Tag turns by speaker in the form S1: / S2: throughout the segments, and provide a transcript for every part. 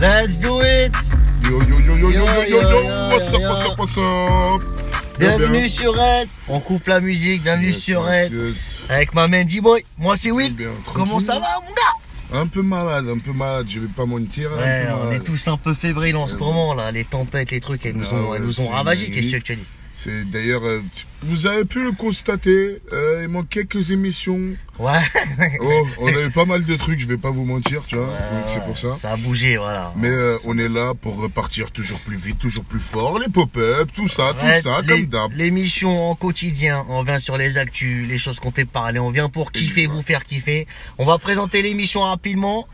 S1: Let's do it
S2: Yo yo yo
S1: Yo,
S2: yo yo yo yo
S1: yo,
S2: yo,
S1: yo,
S2: what's up,
S1: yo.
S2: what's up, what's up
S1: Bienvenue sur Red On coupe la musique, bienvenue
S2: Yes,
S1: sur
S2: yes,
S1: Red
S2: yes.
S1: Avec ma main D-Boy, moi c'est Will
S2: Bien,
S1: Comment ça va mon gars
S2: Un peu malade, un peu malade, je vais pas mentir. un
S1: Ouais,
S2: peu
S1: on
S2: malade.
S1: est tous un peu fébriles en ce
S2: Ouais.
S1: moment là, les tempêtes, les trucs, elles nous
S2: Ah
S1: ont,
S2: ouais,
S1: elles nous ont
S2: c'est
S1: ravagés,
S2: une
S1: qu'est-ce que
S2: nuit.
S1: je te dis
S2: C'est d'ailleurs, euh, tu- vous avez pu le constater, euh, il manque quelques émissions.
S1: Ouais,
S2: Oh, on a eu pas mal de trucs, je vais pas vous mentir, tu vois, donc c'est
S1: Ouais,
S2: pour ça.
S1: Ça a bougé, voilà
S2: Mais euh, on est là pour repartir toujours plus vite, toujours plus fort, les pop-up, tout ça,
S1: Ouais,
S2: tout ça,
S1: les-
S2: comme d'hab.
S1: L'émission en quotidien, on vient sur les actus, les choses qu'on fait parler, on vient pour kiffer,
S2: Exact.
S1: vous faire kiffer. On va présenter l'émission rapidement.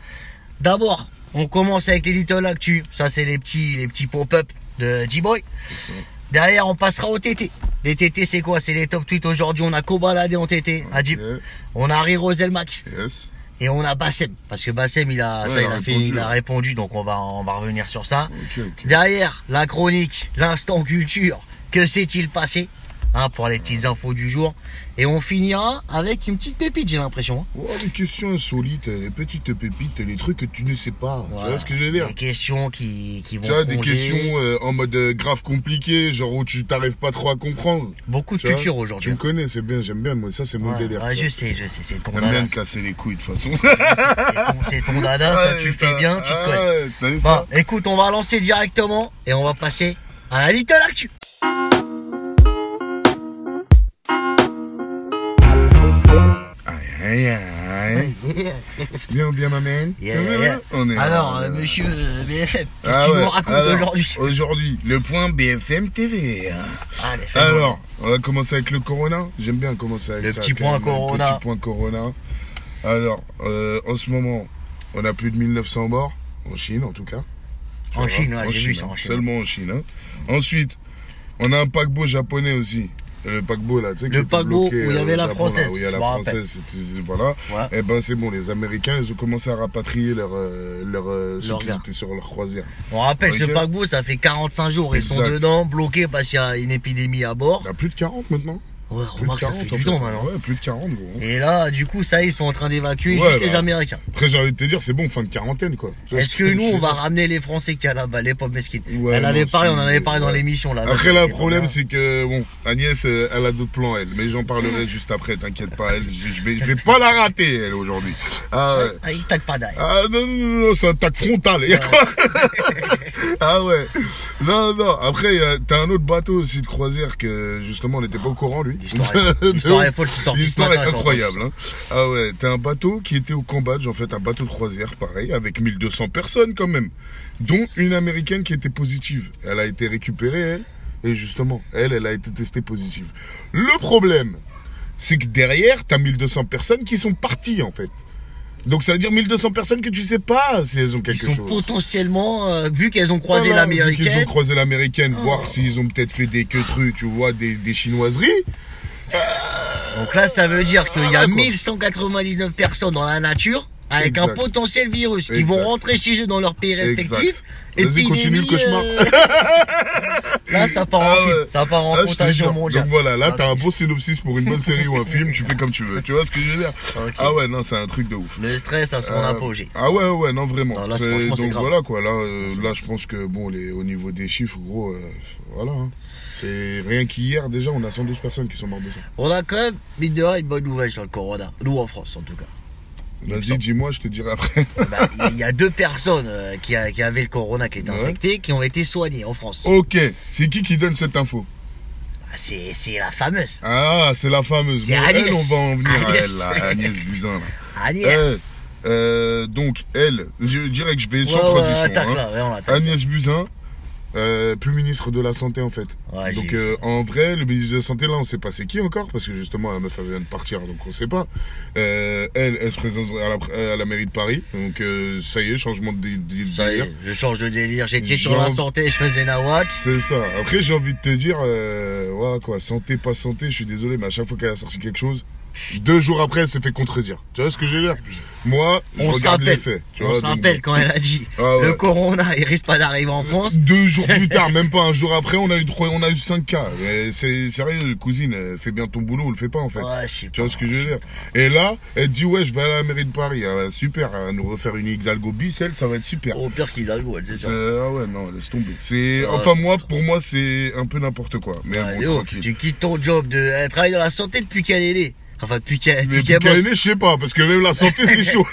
S1: D'abord, on commence avec les Little Actu. Ça, c'est les petits, les petits pop-up de G-Boy.
S2: ça.
S1: Derrière, on passera au TT. Les TT, c'est quoi C'est les top tweets. Aujourd'hui, on a Kobalade en TT, Adib.
S2: Ok,
S1: On a Riro Zelmak.
S2: Yes.
S1: Et on a Bassem. Parce que Bassem, il a,
S2: Ouais,
S1: ça,
S2: il
S1: il
S2: a
S1: a, fait,
S2: répondu,
S1: il a
S2: ouais.
S1: répondu. Donc, on va, on va revenir sur ça.
S2: Ok, ok.
S1: Derrière la chronique, l'instant culture, que s'est-il passé hein, Pour les petites infos du jour. Et on finira avec une petite pépite, j'ai l'impression. hein.
S2: Oh, les questions insolites, les petites pépites, les trucs que tu ne sais pas. Tu
S1: Voilà.
S2: vois ce que je veux dire
S1: Des questions qui, qui vont.
S2: Tu vois, des
S1: plonger.
S2: questions euh, en mode euh, grave compliqué, genre où tu t'arrives pas trop à comprendre.
S1: Beaucoup de
S2: Tu vois,
S1: culture
S2: Tu
S1: aujourd'hui. hein.
S2: me connais, c'est bien, j'aime bien, moi, ça c'est mon
S1: Ouais,
S2: délire.
S1: ouais,
S2: quoi.
S1: je sais, je sais, c'est ton
S2: J'aime bien
S1: dada.
S2: me casser les couilles de toute façon.
S1: C'est ton- C'est ton dada, Ah, ça tu le fais bien, tu te connais.
S2: Ah Ouais, t'as vu
S1: Bon,
S2: ça
S1: écoute, on va lancer directement et on va passer à la Little Actu.
S2: Aïe, aïe. Bien ou bien, ma man
S1: Yeah,
S2: Ouais,
S1: yeah.
S2: On est là,
S1: Alors,
S2: on est
S1: euh,
S2: là.
S1: monsieur euh, BFM, qu'est-ce
S2: Ah
S1: que tu
S2: ouais,
S1: nous racontes
S2: alors,
S1: aujourd'hui
S2: Aujourd'hui, le point BFM TV. hein.
S1: Allez, fais-le.
S2: Alors, on va commencer avec le Corona. J'aime bien commencer avec
S1: Le
S2: ça,
S1: petit
S2: quand
S1: point
S2: même,
S1: Corona.
S2: Le petit point Corona. Alors, euh, en ce moment, on a plus de 1900 morts, en Chine en tout cas. Tu
S1: En
S2: vois,
S1: Chine, ouais, j'ai vu ça
S2: hein,
S1: en Chine.
S2: Seulement en Chine. hein. Ensuite, on a un paquebot japonais aussi. Le paquebot là, tu sais, qui
S1: Le
S2: était
S1: paquebot
S2: bloqué,
S1: où il y
S2: euh,
S1: avait
S2: au
S1: la
S2: Japon,
S1: Française,
S2: là, où il y a
S1: je
S2: la
S1: me rappelle.
S2: française, c'était- voilà.
S1: Ouais.
S2: Et ben c'est bon, les Américains, ils ont commencé à rapatrier leur, euh, leur, euh, ceux
S1: Leur
S2: qui
S1: gars.
S2: étaient sur leur croisière.
S1: On rappelle ce
S2: Ok.
S1: paquebot, ça fait 45 jours, ils sont
S2: Exact.
S1: dedans, bloqués parce qu'il y a une épidémie à bord.
S2: Il y a plus de 40 maintenant.
S1: Ouais,
S2: Plus de
S1: remarque, ça
S2: 40
S1: fait
S2: en
S1: du
S2: fait.
S1: temps maintenant.
S2: Ouais, plus de 40 gros. hein.
S1: Et là, du coup, ça, ils sont en train d'évacuer
S2: Ouais,
S1: juste les
S2: bah.
S1: Américains.
S2: Après, j'ai envie de te dire, c'est bon, fin de quarantaine, quoi. Tu vois
S1: Est-ce
S2: ce
S1: que nous,
S2: je
S1: on
S2: veux
S1: va
S2: dire
S1: ramener les Français qu'il y a là-bas, les pauvres mesquines
S2: Ouais,
S1: Elle
S2: non,
S1: avait parlé, on en avait
S2: c'est-
S1: parlé dans
S2: ouais.
S1: l'émission. là.
S2: Après, là,
S1: là,
S2: le problème, c'est que, bon, Agnès, euh, elle a d'autres plans, elle. Mais j'en parlerai juste après, t'inquiète pas. Elle, je, je vais, je vais pas la rater, elle, aujourd'hui. Ah, ouais.
S1: Ah, ils taquent pas derrière.
S2: Ah, non, non, non, non, c'est un tac frontal. y a quoi ah ouais. Non, non. Après, euh, t'as un autre bateau aussi de croisière que, justement, on n'était pas au courant, lui.
S1: L'histoire est- l'histoire est folle, c'est sorti ce
S2: L'histoire est
S1: matin, j'ai
S2: incroyable. Hein. Ah ouais, t'as un bateau qui était au Cambodge, en fait, un bateau de croisière, pareil, avec 1200 personnes quand même, dont une américaine qui était positive. Elle a été récupérée, elle, et justement, elle, elle a été testée positive. Le problème, c'est que derrière, t'as 1200 personnes qui sont parties, en fait. Donc ça veut dire 1200 personnes que tu sais pas si elles ont
S1: Ils
S2: quelque
S1: sont
S2: chose.
S1: potentiellement, euh, vu qu'elles ont croisé
S2: Voilà, vu qu'ils ont
S1: l'américaine, Oh.
S2: croisé l'américaine, voir s'ils ont peut-être fait des queutrues, tu vois, des, des chinoiseries.
S1: donc là, ça veut dire qu'il y a
S2: Voilà, Ah, quoi.
S1: 1199 personnes dans la nature avec un
S2: Exact.
S1: potentiel virus qui
S2: Exact.
S1: vont rentrer chez eux dans leur pays respectif.
S2: Exact. Vas-y, continue le cauchemar.
S1: euh. Là, ça part
S2: Ah
S1: en film,
S2: ouais.
S1: ça part en
S2: Ah, je te
S1: contagion
S2: jure.
S1: mondiale.
S2: Donc voilà, là
S1: Ah,
S2: t'as un
S1: c'est-
S2: bon synopsis pour une bonne série ou un film, tu fais comme tu veux. Tu vois ce que je veux dire
S1: Ok.
S2: Ah ouais, non, c'est un truc de ouf.
S1: Le stress à son
S2: Euh,
S1: apogée.
S2: Ah ouais, ouais, ouais, non, vraiment.
S1: Non, là, c'est-
S2: C'est-
S1: franchement, c'est
S2: donc
S1: grave.
S2: voilà, quoi. Là, euh, là, je pense que, bon, les, au niveau des chiffres, gros, euh, voilà. hein. C'est rien qu'hier, déjà, on a 112 personnes qui sont mortes de ça.
S1: On a quand même, mine de rien, une bonne nouvelle sur le corona. Nous en France, en tout cas.
S2: Vas-y, dis-moi, je te dirai après.
S1: Bah, Il y a deux personnes euh, qui, a- qui avaient le corona qui étaient
S2: Ouais. Oh.
S1: infectées, qui ont été soignées en France.
S2: ok, c'est qui qui donne cette info
S1: Ah, C'est c'est la fameuse
S2: Ah, c'est la fameuse.
S1: C'est
S2: Bon,
S1: Agnès.
S2: Elle, on va en venir à
S1: Agnès.
S2: elle, là, Agnès Buzyn. là.
S1: Agnès.
S2: Eh, euh, donc, elle, je dirais que je vais sans
S1: Ouais, ouais,
S2: transition.
S1: attaque,
S2: hein.
S1: là, ouais, on attaque.
S2: Agnès Buzyn, euh, plus ministre de la Santé en fait.
S1: Ouais, j'ai
S2: donc
S1: vu
S2: euh, en vrai, le ministre de la Santé là, on sait pas c'est qui encore, parce que justement la meuf elle vient de partir, donc on sait pas. Euh, elle, elle se présente à la, à la mairie de Paris, donc euh, ça y est, changement de dé- dé-
S1: Ça y
S2: délire.
S1: est, je change de délire. J'étais sur la
S2: Jean-
S1: santé, je faisais nawak.
S2: C'est ça. Après, j'ai envie de te dire, euh, voilà quoi, santé, pas santé, je suis désolé, mais à chaque fois qu'elle a sorti quelque chose, Deux jours après, elle s'est fait contredire. Tu vois ce que je veux dire Moi, je
S1: On se
S2: regarde les
S1: rappelle,
S2: faits. Tu
S1: on
S2: vois,
S1: se
S2: donc-
S1: rappelle quand elle a dit
S2: Ah ouais.
S1: le corona, il risque pas d'arriver en France.
S2: Deux jours plus tard, même pas un jour après, on a eu trois, on a eu cinq cas. Mais C'est sérieux, cousine, euh, fais bien ton boulot, on le fait pas en fait.
S1: Ouais, je sais
S2: Tu
S1: pas.
S2: vois ce que je veux dire Et là, elle dit ouais, je vais aller à la mairie de Paris. Ah, ouais, super, elle va nous refaire une Hidalgo bis, elle, ça va être super.
S1: Au pire qu'Hidalgo, elle, c'est sûr.
S2: C'est- Ah ouais, non, laisse tomber. C'est,
S1: Ah,
S2: enfin
S1: c'est
S2: moi, pour moi, c'est un peu n'importe quoi. Mais
S1: Ouais,
S2: bon,
S1: Léo,
S2: tranquille.
S1: tu quittes ton job de. Elle travaille dans la santé depuis qu'elle est née. Enfin, depuis qu'elle
S2: Mais
S1: depuis qu'elle bosse.
S2: Buchanan, je sais pas, parce que même la santé, c'est chaud.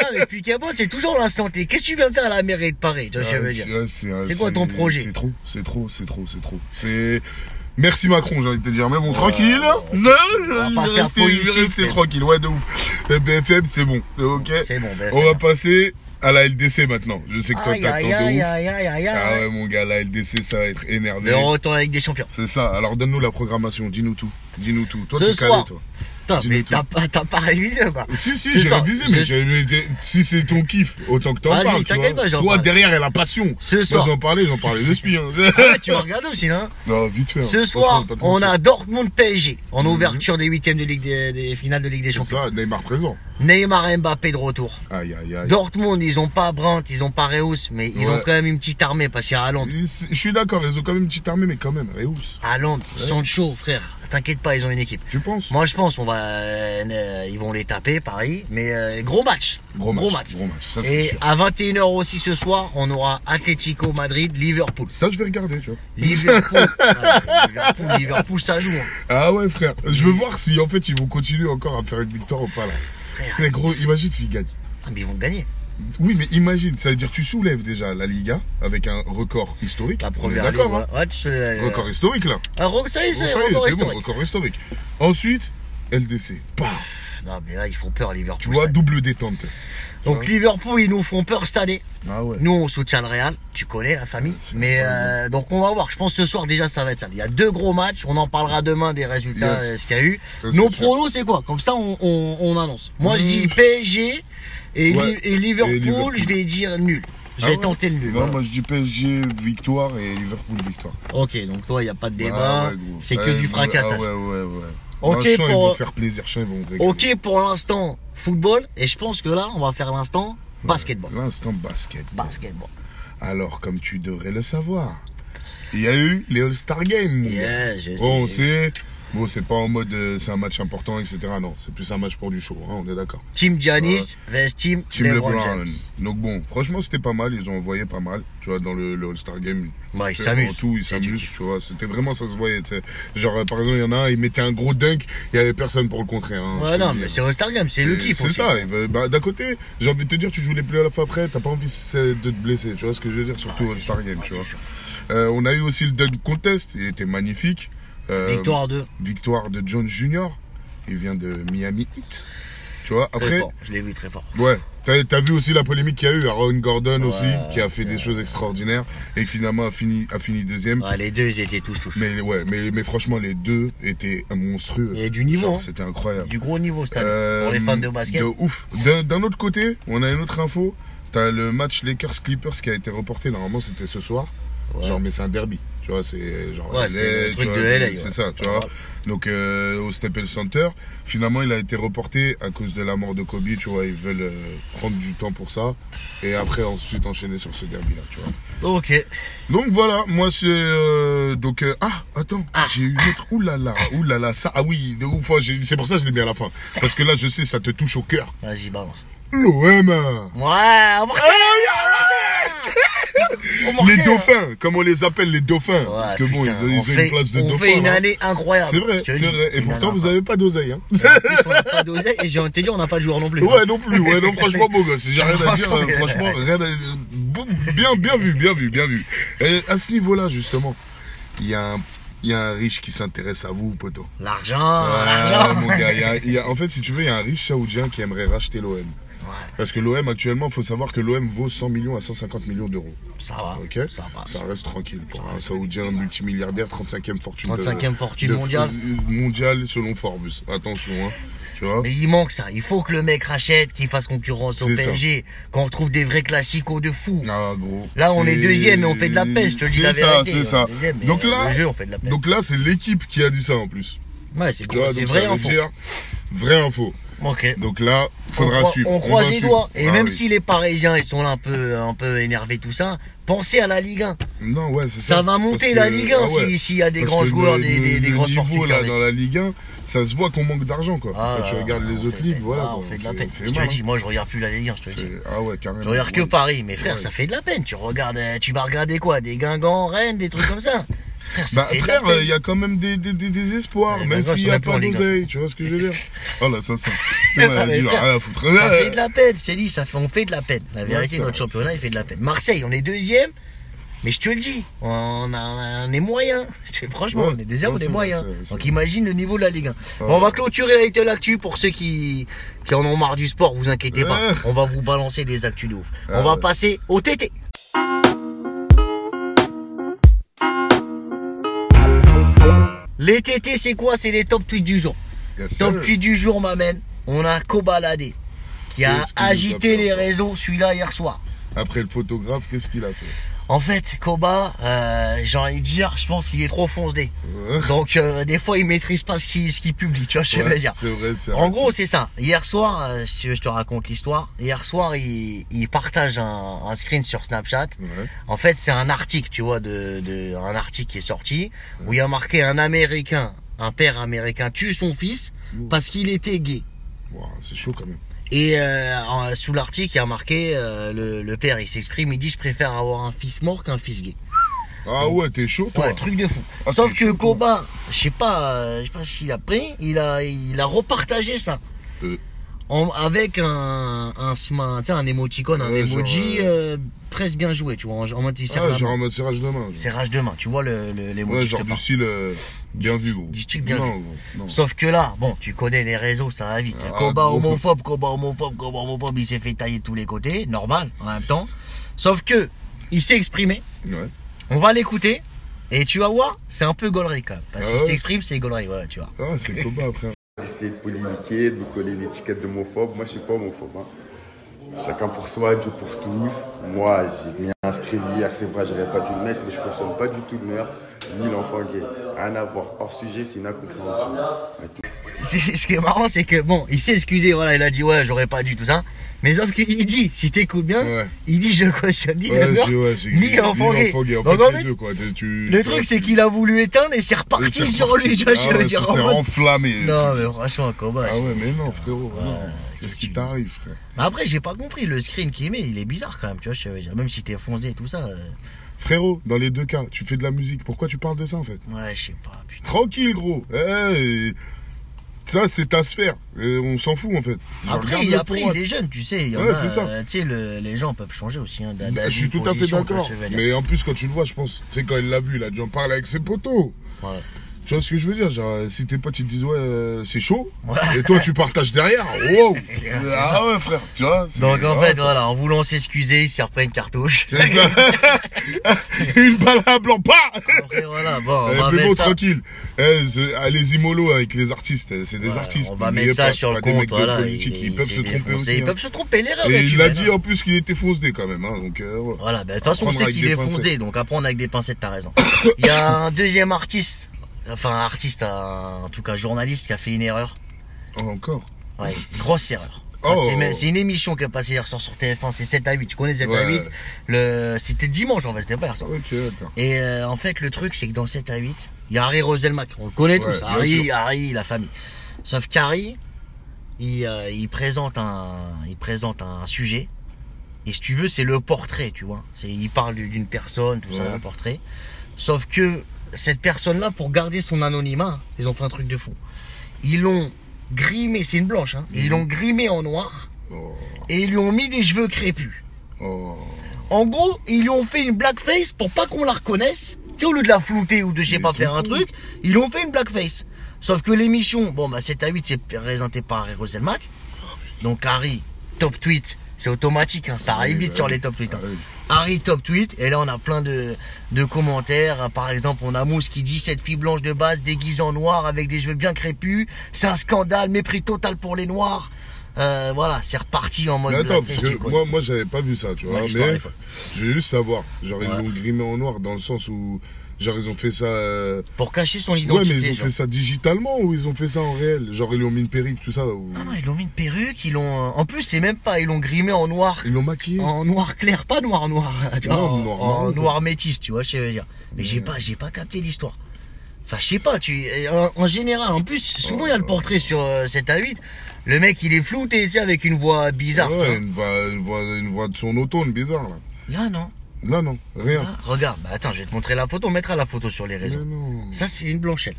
S1: Ah, mais depuis qu'elle bosse, c'est toujours la santé. Qu'est-ce que tu viens faire à la mairie de Paris Tu vois ce que je veux
S2: Ouais,
S1: Ah, dire
S2: ouais, ouais,
S1: C'est quoi ton projet
S2: C'est trop, c'est trop, c'est trop, c'est trop. C'est. Merci Macron, j'ai envie de te dire. Mais bon, tranquille. Non,
S1: va
S2: je
S1: pas
S2: vais
S1: faire
S2: rester- je vais
S1: politique,
S2: rester
S1: mais-
S2: tranquille. Ouais, de ouf. Le BFM, c'est bon. C'est Ok.
S1: C'est bon, ben.
S2: On va passer à la LDC maintenant. Je sais que toi,
S1: Aïe,
S2: t'attends
S1: aïe,
S2: de
S1: aïe,
S2: ouf.
S1: aïe, aïe, aïe,
S2: Ah
S1: aïe.
S2: ouais, mon gars, la LDC, ça va être énervé.
S1: Mais on retourne avec des champions.
S2: C'est ça. Alors, donne-nous la programmation. Dis-nous tout. Dis-nous tout. Toi,
S1: Ce
S2: t'es calé,
S1: soir.
S2: toi.
S1: Putain,
S2: Dis-nous
S1: mais
S2: tout.
S1: t'as pas, t'as pas révisé, quoi.
S2: Si, si,
S1: Ce
S2: j'ai
S1: soir,
S2: révisé,
S1: je-
S2: mais j'ai- mais t'es- si c'est ton kiff, autant que t'en
S1: Vas-y,
S2: parles. tu
S1: t'inquiète
S2: vois.
S1: pas, j'en
S2: Toi,
S1: parle.
S2: derrière, elle a la passion.
S1: Ce
S2: Moi,
S1: soir.
S2: j'en parlais, j'en parlais de spi. hein.
S1: Ah, tu vas regarder aussi, là.
S2: Non, vite fait. hein.
S1: Ce
S2: Pas
S1: soir,
S2: trop, pas trop,
S1: on
S2: ça. Mhm.
S1: a Dortmund PSG en ouverture des huitièmes de Ligue des, des finales de Ligue des
S2: C'est
S1: Champions.
S2: ça, Neymar présent.
S1: Neymar et Mbappé de retour.
S2: Aïe, aïe, aïe.
S1: Dortmund, ils ont pas Brandt, ils ont pas Reus, mais ils ont
S2: Ouais.
S1: quand même une petite armée parce qu'il y a Haaland.
S2: Ils- Je suis d'accord, ils ont quand même une petite armée, mais quand même, Reus.
S1: Haaland, Sancho, frère, t'inquiète pas, ils ont une équipe.
S2: Tu penses
S1: Moi, je pense, on va, euh, euh, ils vont les taper, Paris, mais euh, gros match.
S2: Gros match, gros match, ça, c'est
S1: Et
S2: sûr.
S1: à 21h aussi ce soir, on aura Atlético Madrid, Liverpool.
S2: Ça, je vais regarder, tu vois.
S1: Liverpool, Ouais, Liverpool, Liverpool, ça joue. hein.
S2: Ah ouais, frère. Je veux voir si, en fait, ils vont continuer encore à faire une victoire ou pas, là.
S1: Frère,
S2: Mais gros, imagine s'ils gagnent.
S1: ah, mais ils vont gagner.
S2: Oui, mais imagine, ça veut dire tu soulèves déjà la Liga avec un record historique.
S1: La
S2: On est
S1: première ligue.
S2: D'accord, hein.
S1: ouais. Ouais, tu sais, euh,
S2: Record historique, là.
S1: un record- ça y est,
S2: Bon,
S1: ça y est,
S2: ça y est,
S1: record
S2: C'est bon,
S1: historique.
S2: record historique. Ensuite, LDC. Paf.
S1: Non, mais là, ils font peur, Liverpool.
S2: Tu vois,
S1: ça.
S2: double détente.
S1: Donc, Liverpool, ils nous font peur cette année.
S2: Ah ouais.
S1: Nous, on soutient le Real, tu connais la famille.
S2: C'est
S1: Mais
S2: pas
S1: euh, donc, on va voir. Je pense que ce soir, déjà, ça va être ça. Il y a deux gros matchs. On en parlera demain des résultats,
S2: Yes.
S1: euh, ce qu'il y a eu.
S2: Ça, c'est
S1: Nos
S2: sûr.
S1: pronos, c'est quoi Comme ça, on, on- on annonce. Moi, je
S2: Mmh.
S1: dis PSG et,
S2: Ouais.
S1: Li- et Liverpool,
S2: Et Liverpool.
S1: je vais dire nul. Je
S2: Ah
S1: vais
S2: ouais
S1: tenter le nul. hein.
S2: Non,
S1: voilà.
S2: moi je dis PSG victoire et Liverpool victoire.
S1: Ok, donc toi, il n'y a pas de débat.
S2: Ah ouais, gros.
S1: Eh ben, c'est que
S2: Ah,
S1: du
S2: gros,
S1: fracassage.
S2: Ah ouais, ouais, ouais.
S1: Ok,
S2: Ok, pour... ils
S1: pour- euh,
S2: vont faire plaisir, chien, ils vont régaler.
S1: Ok, pour l'instant, football. Et je pense que là, on va faire l'instant basketball.
S2: L'instant basket.
S1: Basketball.
S2: Alors, comme tu devrais le savoir, il y a eu les All-Star Games. mon gars.
S1: Yeah, je sais.
S2: Bon, c'est. Bon, c'est pas en mode euh, c'est un match important, etc. Non, c'est plus un match pour du show, hein, on est d'accord.
S1: Team Giannis vs Team,
S2: Team
S1: LeBron.
S2: LeBron.
S1: James.
S2: Donc bon, franchement, c'était pas mal. Ils ont envoyé pas mal. Tu vois, dans le, le All-Star Game.
S1: Ouais, ils
S2: Ils
S1: s'amusent.
S2: Tout, ils
S1: C'est du
S2: s'amusent, tu vois. C'était vraiment, ça se voyait, tu sais. Genre, euh, par exemple, il y en a un, il mettait un gros dunk, il y avait personne pour le contrer. Hein, je
S1: Ouais,
S2: te
S1: non,
S2: le dis,
S1: mais
S2: hein.
S1: c'est le Star Game, c'est le kiff
S2: C'est
S1: aussi.
S2: ça. il veut- bah, D'un côté, j'ai envie de te dire, tu joues les plus à la fois après, t'as pas envie c'est, de te blesser. Tu vois ce que je veux dire, surtout
S1: Ah, c'est
S2: All-Star
S1: sûr.
S2: Game,
S1: Ah,
S2: tu
S1: c'est
S2: vois.
S1: sûr.
S2: Euh, on a eu aussi le dunk contest, il était magnifique. Euh,
S1: Victoire 2.
S2: victoire de Jones Jr. Il vient de Miami Heat. Tu vois,
S1: Très
S2: après,
S1: fort. Je l'ai vu très fort.
S2: Ouais, t'as t'as vu aussi la polémique qu'il y a eu, Aaron Gordon aussi,
S1: Ouais,
S2: qui a fait des choses extraordinaires et qui finalement a fini, a fini deuxième.
S1: Ouais, les deux, ils étaient tous touchés.
S2: Mais ouais, mais, mais franchement, les deux étaient monstrueux.
S1: Il y a du niveau,
S2: Genre,
S1: hein.
S2: C'était incroyable.
S1: Du gros niveau cette année.
S2: Euh,
S1: pour les fans de basket.
S2: De ouf. D'un- D'un autre côté, on a une autre info. T'as le match Lakers-Clippers qui a été reporté. Normalement, c'était ce soir.
S1: Ouais.
S2: Genre, mais c'est un derby. Tu vois, c'est genre
S1: Ouais, c'est le
S2: tu
S1: truc
S2: vois,
S1: de LA, ouais.
S2: C'est ça, tu
S1: Ouais.
S2: vois. Donc, euh, au Staples Center, finalement, il a été reporté à cause de la mort de Kobe. Tu vois, ils veulent euh, prendre du temps pour ça. Et après, ensuite, enchaîner sur ce derby-là, tu vois.
S1: Ok.
S2: Donc voilà, moi c'est euh, donc euh, ah attends,
S1: Ah.
S2: j'ai eu une autre oulala, oulala ça ah oui, de ouf, ouais, j'ai- c'est pour ça que je l'ai mis à la fin parce que là je sais ça te touche au cœur. hein.
S1: Vas-y, balance.
S2: L'OM.
S1: Ouais, on marche. On marche,
S2: Les
S1: hein.
S2: dauphins, comme on les appelle les dauphins
S1: Ouais,
S2: parce que bon, ils
S1: putain,
S2: ont, ils
S1: on
S2: ont
S1: fait-
S2: une place de
S1: on
S2: dauphin.
S1: fait une
S2: hein.
S1: année incroyable.
S2: C'est vrai,
S1: je te le
S2: c'est
S1: dis.
S2: vrai. Et
S1: Une
S2: pourtant
S1: année
S2: vous avez pas d'oseille hein.
S1: incroyable. En plus, on n'a pas d'oseille et j'ai envie de te dire, on n'a pas de joueur non plus.
S2: Ouais non plus, ouais non franchement beau gosse, j'ai rien à dire,
S1: Franchement,
S2: euh,
S1: mais-
S2: franchement rien à bon, bien bien vu, bien vu, bien vu. Et à ce niveau-là justement, il y a un il y a un riche qui s'intéresse à vous, poteau.
S1: L'argent,
S2: Ah,
S1: l'argent.
S2: mon gars, il y a- il y a- en fait, si tu veux, il y a un riche saoudien qui aimerait racheter l'OM.
S1: Ouais,
S2: Parce que l'OM, actuellement, faut savoir que l'OM vaut 100 millions à 150 millions d'euros.
S1: ça va.
S2: Ok
S1: Ah, Ça va.
S2: reste tranquille pour un saoudien multimilliardaire, 35e fortune. de-
S1: 35e fortune
S2: de-
S1: mondiale.
S2: euh, mondiale selon Forbes. Attention, hein. Tu vois
S1: Mais il manque ça. Il faut que le mec rachète, qu'il fasse concurrence au
S2: C'est ça.
S1: PSG, qu'on retrouve des vrais classicos de fou.
S2: Ah, gros.
S1: Là, on est
S2: c'est-
S1: deuxième et on fait de la pêche, je te le dis
S2: C'est
S1: la
S2: ça,
S1: vérité.
S2: c'est
S1: On est
S2: ça.
S1: deuxième, mais,
S2: Donc
S1: euh,
S2: là,
S1: le jeu, on fait de la pêche.
S2: donc là, c'est l'équipe qui a dit ça en plus.
S1: Ouais, c'est
S2: Tu
S1: cool.
S2: vois,
S1: C'est
S2: donc
S1: vrai,
S2: ça veut
S1: info.
S2: dire vraie info.
S1: Ok.
S2: Donc là,
S1: on,
S2: faudra
S1: croit-
S2: suivre.
S1: on
S2: va
S1: croise les
S2: suivre.
S1: doigts. Et
S2: Ah
S1: même
S2: oui.
S1: si les Parisiens, ils sont là un peu, un peu énervés, tout ça, pensez à la Ligue 1.
S2: Non, ouais, c'est ça.
S1: Ça va monter
S2: Parce
S1: la
S2: que-
S1: Ligue 1
S2: ah ouais.
S1: si- s'il y a des
S2: Parce
S1: grands
S2: que
S1: joueurs,
S2: le-
S1: des,
S2: le-
S1: des, des
S2: le
S1: grosses
S2: niveau,
S1: fortunes. qui
S2: là, dans
S1: investissent.
S2: la Ligue 1, ça se voit qu'on manque d'argent, quoi.
S1: Ah
S2: Quand tu
S1: là là,
S2: regardes les
S1: on
S2: autres
S1: fait-
S2: ligues, voilà.
S1: ah,
S2: quoi,
S1: on fait de la
S2: on
S1: peine.
S2: fait
S1: Je te
S2: mal,
S1: dis, moi je regarde plus la Ligue 1, je te
S2: hein.
S1: dis.
S2: C'est- Ah ouais, carrément.
S1: Je regarde que
S2: ouais.
S1: Paris, mais frère,
S2: Ouais.
S1: ça fait de la peine. Tu regardes, euh, tu vas regarder quoi Des Guingamp, Rennes, des trucs comme ça. Frère, ça
S2: Bah,
S1: fait de la
S2: frère,
S1: peine.
S2: il y a quand même des, des, des, des espoirs,
S1: Ouais,
S2: même
S1: Guingamp,
S2: s'il
S1: ils
S2: n'y
S1: sont
S2: a
S1: même plus en
S2: pas
S1: Ligue un.
S2: d'oseille, tu vois ce que je veux dire Oh là, ça, ça.
S1: Ah,
S2: Putain, elle a
S1: mais
S2: dû leur-
S1: frère,
S2: elle a foutre.
S1: Ça fait de la peine, je t'ai dit, ça fait, on fait de la peine. La
S2: Ouais,
S1: vérité,
S2: c'est
S1: notre
S2: vrai,
S1: championnat,
S2: c'est
S1: il fait de la peine. Marseille, on est deuxième, mais je te le dis, on, a- on est moyen. Je te- Franchement,
S2: Ouais,
S1: on est deuxième,
S2: ouais,
S1: on est,
S2: c'est vrai,
S1: moyen.
S2: c'est vrai, c'est
S1: Donc
S2: vrai.
S1: imagine le niveau de la Ligue 1. Bon,
S2: Ouais.
S1: on va clôturer la Little Actu pour ceux qui, qui en ont marre du sport, vous inquiétez pas.
S2: Ouais.
S1: On va vous balancer des actus de ouf.
S2: Ah
S1: on va
S2: ouais.
S1: passer au TT. Les TT, c'est quoi C'est les top tweets du jour.
S2: Eh, Yes,
S1: Top
S2: sir.
S1: tweet du jour m'amène. On a Kobalade qui a
S2: Qu'est-ce qu'il nous a
S1: agité
S2: fait
S1: les
S2: encore
S1: réseaux celui-là hier soir.
S2: Après le photographe, qu'est-ce qu'il a fait
S1: En fait, Koba, euh, j'ai envie de dire, je pense qu'il est trop foncé.
S2: Ouais.
S1: Donc euh, des fois, il maîtrise pas ce qu'il ce qu'il publie, tu vois ce que je veux
S2: Ouais,
S1: dire.
S2: C'est vrai, c'est
S1: En
S2: vrai,
S1: gros,
S2: c'est-
S1: c'est ça. Hier soir, euh, si tu veux, je te raconte l'histoire. Hier soir, il, il partage un, un screen sur Snapchat.
S2: Ouais.
S1: En fait, c'est un article, tu vois, de, de un article qui est sorti où il y a marqué un Américain, un père américain tue son fils
S2: Ouh.
S1: parce qu'il était gay.
S2: Ouah, c'est chaud quand même.
S1: Et euh, en- sous l'article, il y a marqué euh, le, le père, il s'exprime, il dit je préfère avoir un fils mort qu'un fils gay.
S2: Ah ouais, t'es chaud, toi
S1: Ouais, truc de fou.
S2: Ah,
S1: Sauf
S2: c'est
S1: que
S2: chaud, toi.
S1: Koba, je sais pas, euh, je sais pas s'il a pris, il a, il a repartagé ça.
S2: Euh.
S1: En- avec un, un, sma- tu sais, un émoticône, un
S2: Ouais,
S1: emoji
S2: genre,
S1: euh, presque bien joué, tu vois, en, en mode il serre
S2: Ah,
S1: la
S2: genre
S1: main.
S2: en mode serrage de main. genre.
S1: C'est rage de main, tu vois le, le, l'emoji,
S2: Ouais,
S1: je te
S2: genre du
S1: parle.
S2: style euh, bien vu, gros.
S1: du style bien
S2: non, gros, non.
S1: Sauf que là, bon, tu connais les réseaux, ça va vite.
S2: Ah,
S1: combat
S2: gros.
S1: homophobe, combat homophobe, combat homophobe, il s'est fait tailler de tous les côtés, normal en même temps. Sauf que, il s'est exprimé,
S2: Ouais.
S1: on va l'écouter, et tu vas voir, c'est un peu gaulerie quand même. Parce
S2: Ah
S1: qu'il
S2: ouais
S1: s'exprime, c'est gaulerie, ouais, tu vois.
S2: Ah, c'est Koba après.
S3: Essayer de polémiquer, de me coller l'étiquette d'homophobe. Moi, je suis pas homophobe. hein. Chacun pour soi, Dieu pour tous. Moi, j'ai bien inscrit hier que c'est vrai, j'aurais pas dû le mettre, mais je consomme pas du tout de mère, ni l'enfant gay. Rien à voir. Hors sujet, c'est une incompréhension. Maintenant,
S1: C'est- ce qui est marrant, c'est que bon, il s'est excusé, voilà, il a dit ouais, j'aurais pas dû tout ça. Mais sauf qu'il dit, si t'écoutes bien,
S2: Ouais.
S1: il dit je cautionne ni le
S2: Ouais,
S1: meurtre,
S2: j'ai- ouais, j'ai-
S1: ni l'enfant gay.
S2: l'enfant gay. En
S1: Donc,
S2: fait,
S1: en
S2: les
S1: fait,
S2: deux, quoi. T'es- tu-
S1: le
S2: tu-
S1: truc, c'est qu'il a voulu éteindre et c'est
S2: Et
S1: reparti
S2: c'est
S1: sur
S2: reparti.
S1: lui, tu vois,
S2: Ah
S1: je veux
S2: ouais,
S1: dire.
S2: ça
S1: en
S2: s'est
S1: mode-
S2: enflammé.
S1: Non, mais franchement, combat.
S2: Ah ouais, mais non, frérot.
S1: Ouais,
S2: non.
S1: qu'est-ce
S2: Qu'est-ce
S1: que tu-
S2: qui t'arrive, frère
S1: Mais après, j'ai pas compris, le screen qu'il met, il est bizarre quand même, tu vois, je veux dire. Même si t'es foncé et tout ça, euh,
S2: Frérot, dans les deux cas, tu fais de la musique. Pourquoi tu parles de ça, en fait
S1: ouais, je sais pas, putain.
S2: Tranquille, gros. Eh, ça, c'est ta sphère. Et on s'en fout, en fait. Genre,
S1: Après,
S2: regarde-le
S1: il,
S2: pour
S1: après
S2: moi.
S1: il est jeune, tu sais, il y en
S2: hein. Ouais,
S1: a,
S2: c'est ça.
S1: euh, tu sais, le- les gens peuvent changer aussi, hein, d'a-
S2: Bah, je
S1: d'avis,
S2: suis tout à fait
S1: position,
S2: d'accord.
S1: tu vois, je veux dire.
S2: Mais en plus, quand tu le vois, je pense, tu sais, quand il l'a vu, il a dû en parler avec ses potos.
S1: Ouais.
S2: Tu vois ce que je veux dire Genre, euh, si tes potes ils te disent ouais, euh, c'est chaud,
S1: Ouais.
S2: et toi tu partages derrière, wow Ah ouais, frère, tu vois c'est-
S1: Donc en
S2: ah,
S1: fait, voilà, en voulant s'excuser, il s'est repris une cartouche.
S2: C'est ça Une balle à blanc, pas
S1: Après, voilà, bon, on
S2: Eh,
S1: va
S2: mais bon,
S1: mettre ça.
S2: tranquille. Eh, ce- allez-y mollo avec les artistes. eh, C'est des
S1: Voilà,
S2: artistes.
S1: On va
S2: n'oubliez
S1: mettre ça
S2: pas, c'est
S1: sur
S2: pas
S1: le
S2: des
S1: compte,
S2: mecs de
S1: voilà.
S2: politique.
S1: il-
S2: Ils peuvent
S1: c'est
S2: se
S1: des
S2: tromper
S1: Français,
S2: aussi.
S1: Ils
S2: hein.
S1: peuvent se tromper, l'erreur.
S2: Et il
S1: l'a
S2: a dit en plus qu'il était foncedé quand même. hein, donc euh, voilà.
S1: Voilà, ben, de toute façon, on
S2: Prendre
S1: sait
S2: avec
S1: qu'il
S2: des
S1: est
S2: pincettes.
S1: foncé, donc à prendre avec des pincettes, t'as raison. Il y a un deuxième artiste, enfin, un artiste, un- en tout cas, journaliste qui a fait une erreur.
S2: Oh, encore.
S1: Ouais, grosse erreur.
S2: Oh.
S1: Ça, c'est- C'est une émission qui a passé hier soir sur TF1, c'est 7 à 8. Tu connais 7 à
S2: Ouais.
S1: 8 le... C'était dimanche, en fait, c'était pas hier soir.
S2: Ah, Ok, d'accord.
S1: Et euh, en fait, le truc, c'est que dans 7 à 8, il y a Harry Roselmack. On le connaît
S2: Ouais,
S1: tous.
S2: bien
S1: Harry,
S2: sûr.
S1: Harry, la famille. Sauf qu'Harry, il, euh, il présente un, il présente un sujet. Et si tu veux, c'est le portrait, tu vois. C'est, il parle d'une personne, tout ça,
S2: Ouais.
S1: un portrait. Sauf que cette personne-là, pour garder son anonymat, ils ont fait un truc de fou. Ils l'ont grimé, c'est une blanche, hein. Ils l'ont grimé en noir
S2: Mhm. Oh,
S1: et ils lui ont mis des cheveux crépus.
S2: oh.
S1: En gros, ils lui ont fait une blackface pour pas qu'on la reconnaisse. Tu sais, au lieu de la flouter ou de, je sais
S2: Mais
S1: pas,
S2: c'est
S1: faire un
S2: cool.
S1: truc, ils lui ont fait une blackface. Sauf que l'émission, bon, bah, 7 à 8, c'est présenté par Harry Roselmack. Donc, Harry, top tweet. C'est automatique, hein, ça arrive
S2: Oui,
S1: vite
S2: bah
S1: sur
S2: oui.
S1: les top tweets. hein.
S2: Ah oui.
S1: Harry top tweet, et là on a plein de, de commentaires. Par exemple, on a Mousse qui dit cette fille blanche de base déguisée en noir avec des cheveux bien crépus, c'est un scandale, mépris total pour les noirs. Euh, voilà, c'est reparti en mode.
S2: Mais attends, parce
S1: blackface,
S2: que
S1: tu connais.
S2: moi, moi j'avais pas vu ça, tu vois.
S1: Ouais, l'histoire,
S2: mais
S1: elle est folle.
S2: je veux juste savoir. Genre, ils
S1: Ouais.
S2: l'ont grimé en noir dans le sens où. Genre, ils ont fait ça. euh,
S1: Pour cacher son
S2: Ouais,
S1: identité.
S2: mais ils ont
S1: genre.
S2: fait ça digitalement ou ils ont fait ça en réel Genre, ils lui ont mis une perruque, tout ça. ou-
S1: Ah Non, non, ils l'ont mis une perruque, ils l'ont. euh, En plus, c'est même pas, ils l'ont grimé en noir,
S2: Ils l'ont maquillé.
S1: en noir clair, pas noir noir. Tu vois,
S2: Non,
S1: en,
S2: noir
S1: en
S2: marron, quoi.
S1: noir métis, tu vois, je veux dire. Mais j'ai pas, j'ai pas capté l'histoire. Enfin, je sais pas, tu. et En, en général, en plus, souvent il y a le portrait sur euh, 7 à 8. Le mec, il est flouté, tu sais, avec une voix bizarre. tu
S2: Ah Ouais,
S1: vois.
S2: une voix, une, voix, une voix de son automne bizarre là.
S1: Là, non.
S2: Là, non,
S1: Là,
S2: rien.
S1: regarde, bah attends, je vais te montrer la photo. On mettra la photo sur les
S2: Mais
S1: réseaux.
S2: non.
S1: Ça, c'est une blanchette.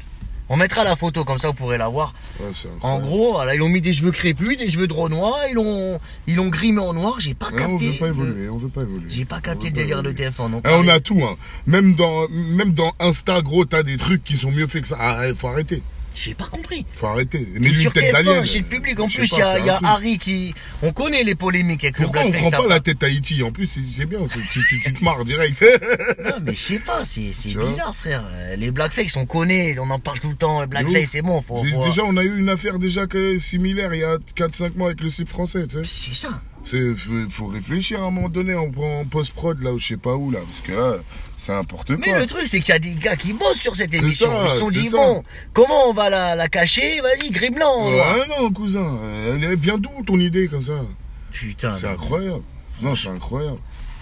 S1: On mettra la photo, comme ça, vous pourrez la voir.
S2: Ouais, Ah, c'est
S1: En
S2: incroyable.
S1: gros, voilà, ils ont mis des cheveux crépus, des cheveux de Renoir, ils l'ont, ils l'ont grimé en noir, j'ai pas
S2: Ouais, on
S1: capté.
S2: veut pas
S1: le-
S2: évoluer, on veut pas évoluer.
S1: J'ai pas
S2: On
S1: capté
S2: veut
S1: le délire de
S2: évoluer.
S1: TF1. non.
S2: Eh, on a tout, hein. Même dans, même dans Insta, gros, t'as des trucs qui sont mieux faits que ça. Ah, eh, faut arrêter.
S1: J'ai pas compris.
S2: Faut arrêter. Mais
S1: Mais
S2: lui,
S1: sur
S2: tête
S1: TF1,
S2: d'alien.
S1: chez le public, en
S2: je sais
S1: plus, il
S2: pas,
S1: y a,
S2: c'est un
S1: y a
S2: truc.
S1: Harry qui. On connaît les polémiques avec
S2: Pourquoi
S1: le
S2: on
S1: blackface.
S2: prend
S1: ça
S2: pas
S1: va.
S2: la tête Haïti En plus, c'est- c'est bien, c'est- tu, tu, tu te marres direct. De
S1: Non, mais je sais pas, c'est c'est
S2: Tu vois
S1: bizarre, frère. Euh, Les blackface, on connaît, on en parle tout le temps. Le blackface,
S2: ouf.
S1: c'est bon, faut.
S2: C'est-
S1: faut-
S2: Déjà, on a eu une affaire déjà que- similaire il y a 4-5 mois avec le slip français, tu sais.
S1: C'est ça.
S2: C'est, faut, faut réfléchir à un moment donné en, en post-prod, là, ou je sais pas où, là, parce que là, c'est n'importe
S1: Mais
S2: quoi.
S1: le truc, c'est qu'il y a des gars qui bossent sur cette émission.
S2: ça,
S1: Ils se sont
S2: c'est
S1: dit,
S2: ça.
S1: bon, comment on va la, la cacher Vas-y, gris blanc.
S2: Ouais,
S1: noir.
S2: non, cousin, euh, elle vient d'où ton idée comme ça
S1: Putain,
S2: C'est
S1: Ah, mais
S2: incroyable. Non, c'est incroyable.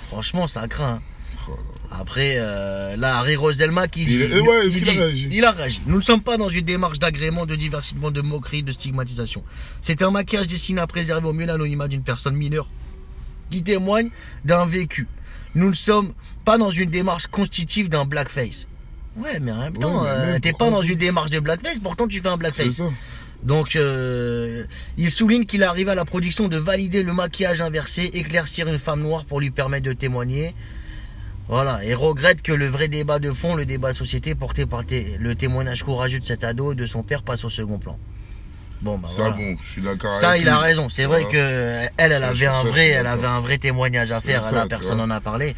S1: franchement, ça craint.
S2: Oh là là.
S1: Après, euh, là, Harry Roselma qui
S2: Il
S1: dit.
S2: est- eh ouais, est-ce
S1: il
S2: qu'il a
S1: dit-
S2: réagi
S1: Il a réagi. Nous ne sommes pas dans une démarche d'agrément, de divertissement, de moquerie, de stigmatisation. C'est un maquillage destiné à préserver au mieux l'anonymat d'une personne mineure qui témoigne d'un vécu. Nous ne sommes pas dans une démarche constitutive d'un blackface. Ouais, mais en même temps,
S2: mais
S1: euh,
S2: même,
S1: t'es
S2: pourquoi
S1: pas dans une démarche de blackface, pourtant tu fais un
S2: C'est
S1: blackface.
S2: ça.
S1: Donc, euh, il souligne qu'il arrive à la production de valider le maquillage inversé, éclaircir une femme noire pour lui permettre de témoigner. Voilà, et regrette que le vrai débat de fond, le débat de société porté par té- le témoignage courageux de cet ado et de son père passe au second plan. Bon, bah
S2: Ça,
S1: voilà.
S2: bon, je suis d'accord
S1: Ça,
S2: avec
S1: il a
S2: lui.
S1: raison. C'est vrai
S2: Voilà.
S1: que euh, elle, elle
S2: Ça,
S1: avait
S2: je-
S1: un
S2: ça, je
S1: vrai,
S2: suis
S1: elle
S2: d'accord.
S1: avait un vrai témoignage à
S2: C'est
S1: faire.
S2: ça,
S1: là,
S2: tu
S1: personne
S2: vois.
S1: n'en a parlé.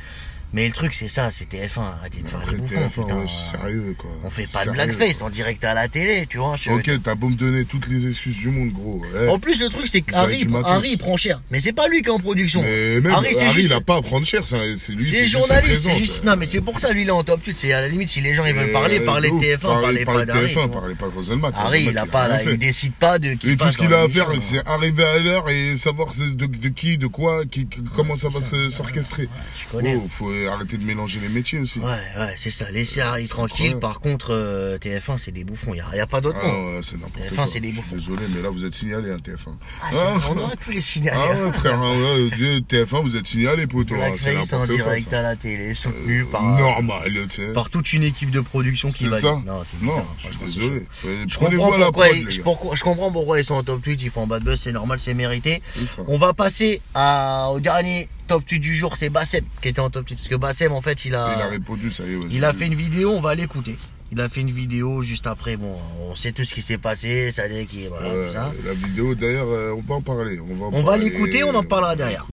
S1: Mais le truc, c'est ça, c'était F1. Arrêtez de faire les
S2: Après,
S1: bouffons,
S2: TF1,
S1: putain.
S2: ouais, sérieux, quoi.
S1: On fait pas de
S2: Sérieux,
S1: blackface
S2: quoi.
S1: en direct à la télé, tu vois. je-
S2: Ok, t'as beau me donner toutes les excuses du monde, gros. Eh,
S1: En plus, le truc, c'est
S2: Ça va
S1: qu'Harry
S2: être du matos.
S1: Harry, il prend cher. Mais c'est pas lui qui est en production.
S2: Mais même, Harry,
S1: Harry, c'est juste.
S2: il a pas à prendre cher, c'est un- c'est lui,
S1: C'est
S2: c'est
S1: journaliste,
S2: juste.
S1: c'est juste. Non, mais c'est pour ça, lui, il est en top 8. C'est à la limite, si les gens ils veulent parler, parler de TF1, parlez pas d'Harry.
S2: TF1,
S1: tu vois.
S2: parlez pas de Roselma.
S1: Harry, il a pas, la- il décide pas de qui
S2: Et tout
S1: passe
S2: ce qu'il
S1: dans
S2: a à faire,
S1: l'émission, hein.
S2: c'est arriver à l'heure et savoir de, de- de qui, de quoi, qui, qui- comment ça va se- s'orchestrer.
S1: hein. Tu connais.
S2: Oh, faut arrêter de mélanger les métiers aussi.
S1: Ouais, ouais, c'est ça. Laissez Harry
S2: c'est
S1: tranquille.
S2: incroyable.
S1: Par contre, euh, TF1, c'est des bouffons. Il n'y a, pas d'autre
S2: Ah
S1: nom.
S2: ouais, c'est n'importe
S1: TF1,
S2: quoi.
S1: c'est des
S2: Je suis
S1: bouffons.
S2: désolé, mais là, vous êtes signalé, hein, TF1.
S1: Ah, ça, on aurait pu les signaler.
S2: ah
S1: hein.
S2: ouais, frère, hein, ouais, Dieu, TF1, vous êtes signalé, poteau. hein, c'est
S1: Blackface en
S2: n'importe quoi,
S1: direct
S2: ça. Euh,
S1: à la télé, soutenu par.
S2: Normal, tu sais.
S1: Par toute une équipe de production qui
S2: C'est
S1: va.
S2: ça
S1: Non, c'est bizarre,
S2: Non, je suis
S1: franchement, c'est
S2: désolé. Euh,
S1: Je
S2: Prenez-vous
S1: comprends,
S2: à la
S1: pourquoi
S2: prod,
S1: ils,
S2: les
S1: je,
S2: gars.
S1: pourquoi- je comprends pourquoi ils sont en top 8, ils font en bad buzz, c'est normal, c'est mérité.
S2: C'est ça.
S1: On va passer à, au dernier top 8 du jour, c'est Bassem qui était en top 8. Parce que Bassem, en fait, il a,
S2: Il a répondu, ça y est. ouais,
S1: il a
S2: j'ai
S1: fait une vidéo, on va l'écouter. Il a fait une vidéo juste après, bon, on sait tout ce qui s'est passé, ça y est, qui, voilà,
S2: Ouais,
S1: tout ça.
S2: la vidéo, d'ailleurs, euh, on va en parler. On va, en
S1: hein. On va
S2: parler.
S1: l'écouter, on en parlera derrière.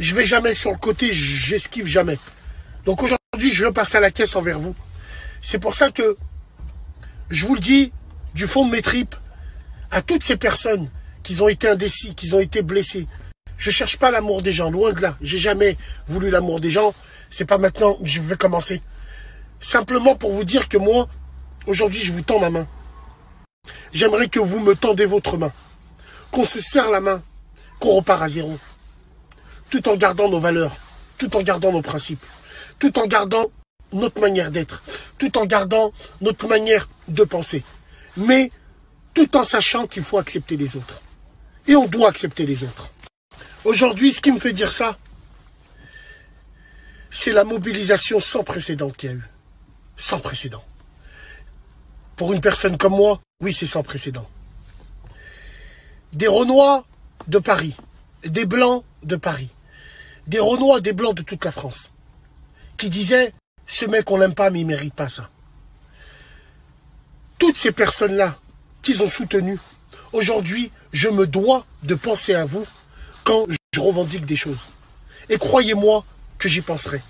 S4: Je vais jamais sur le côté, j'esquive jamais. Donc aujourd'hui, je veux passer à la caisse envers vous. C'est pour ça que je vous le dis du fond de mes tripes à toutes ces personnes qui ont été indécis, qui ont été blessés. Je cherche pas l'amour des gens, loin de là. J'ai jamais voulu l'amour des gens. C'est pas maintenant que je vais commencer. Simplement pour vous dire que moi, aujourd'hui, je vous tends ma main. J'aimerais que vous me tendez votre main. Qu'on se serre la main, qu'on repart à zéro tout en gardant nos valeurs, tout en gardant nos principes, tout en gardant notre manière d'être, tout en gardant notre manière de penser, mais tout en sachant qu'il faut accepter les autres. Et on doit accepter les autres. Aujourd'hui, ce qui me fait dire ça, c'est la mobilisation sans précédent qu'il y a eu. Sans précédent. Pour une personne comme moi, oui, c'est sans précédent des Renois de Paris, des Blancs de Paris, des Renois, des Blancs de toute la France, qui disaient ce mec on l'aime pas mais il mérite pas ça. Toutes ces personnes-là qu'ils ont soutenues, aujourd'hui je me dois de penser à vous quand je revendique des choses. Et croyez-moi que j'y penserai.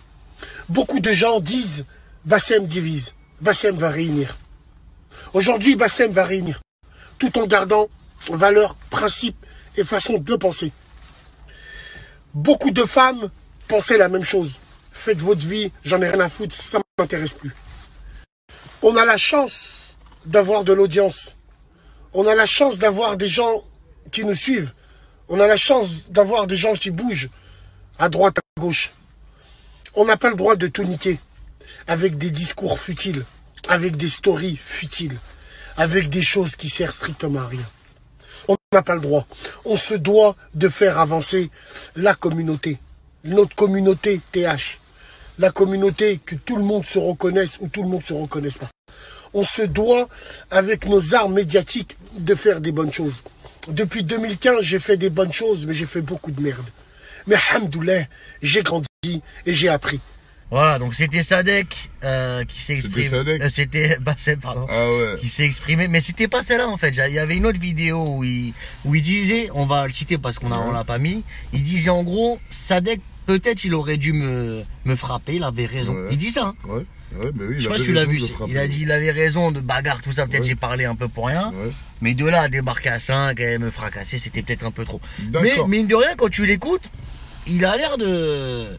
S4: Beaucoup de gens disent Bassem divise, Bassem va réunir. Aujourd'hui Bassem va réunir tout en gardant valeurs, principes et façon de penser. Beaucoup de femmes pensaient la même chose. Faites votre vie, j'en ai rien à foutre, ça m'intéresse plus. On a la chance d'avoir de l'audience. On a la chance d'avoir des gens qui nous suivent. On a la chance d'avoir des gens qui bougent à droite, à gauche. On n'a pas le droit de tout niquer avec des discours futiles, avec des stories futiles, avec des choses qui servent strictement à rien. On n'a pas le droit. On se doit de faire avancer la communauté, notre communauté TH, la communauté que tout le monde se reconnaisse ou tout le monde se reconnaisse pas. On se doit, avec nos arts médiatiques, de faire des bonnes choses. Depuis 2015, j'ai fait des bonnes choses, mais j'ai fait beaucoup de merde. Mais hamdoulah, j'ai grandi et j'ai appris.
S1: Voilà, donc c'était Sadek euh, qui s'est
S2: C'était
S1: exprimé.
S2: Sadek
S1: Euh, C'était Basset, pardon.
S2: Ah ouais.
S1: Qui s'est exprimé, mais c'était pas celle-là en fait. Il y avait une autre vidéo où il, où il disait, on va le citer parce qu'on a- on l'a pas mis. Il disait en gros, Sadek, peut-être il aurait dû me, me frapper, il avait raison.
S2: Ouais.
S1: Il dit ça. hein.
S2: Ouais, ouais, mais oui, il
S1: Je sais pas
S2: avait
S1: si tu l'as
S2: raison
S1: vu.
S2: de
S1: c'est-
S2: frapper.
S1: Il a dit, il avait raison de bagarre, tout ça. Peut-être
S2: Ouais.
S1: j'ai parlé un peu pour rien.
S2: Ouais.
S1: Mais de là à débarquer à 5 et me fracasser, c'était peut-être un peu trop. Mais
S2: D'accord.
S1: mine de rien, quand tu l'écoutes, il a l'air de.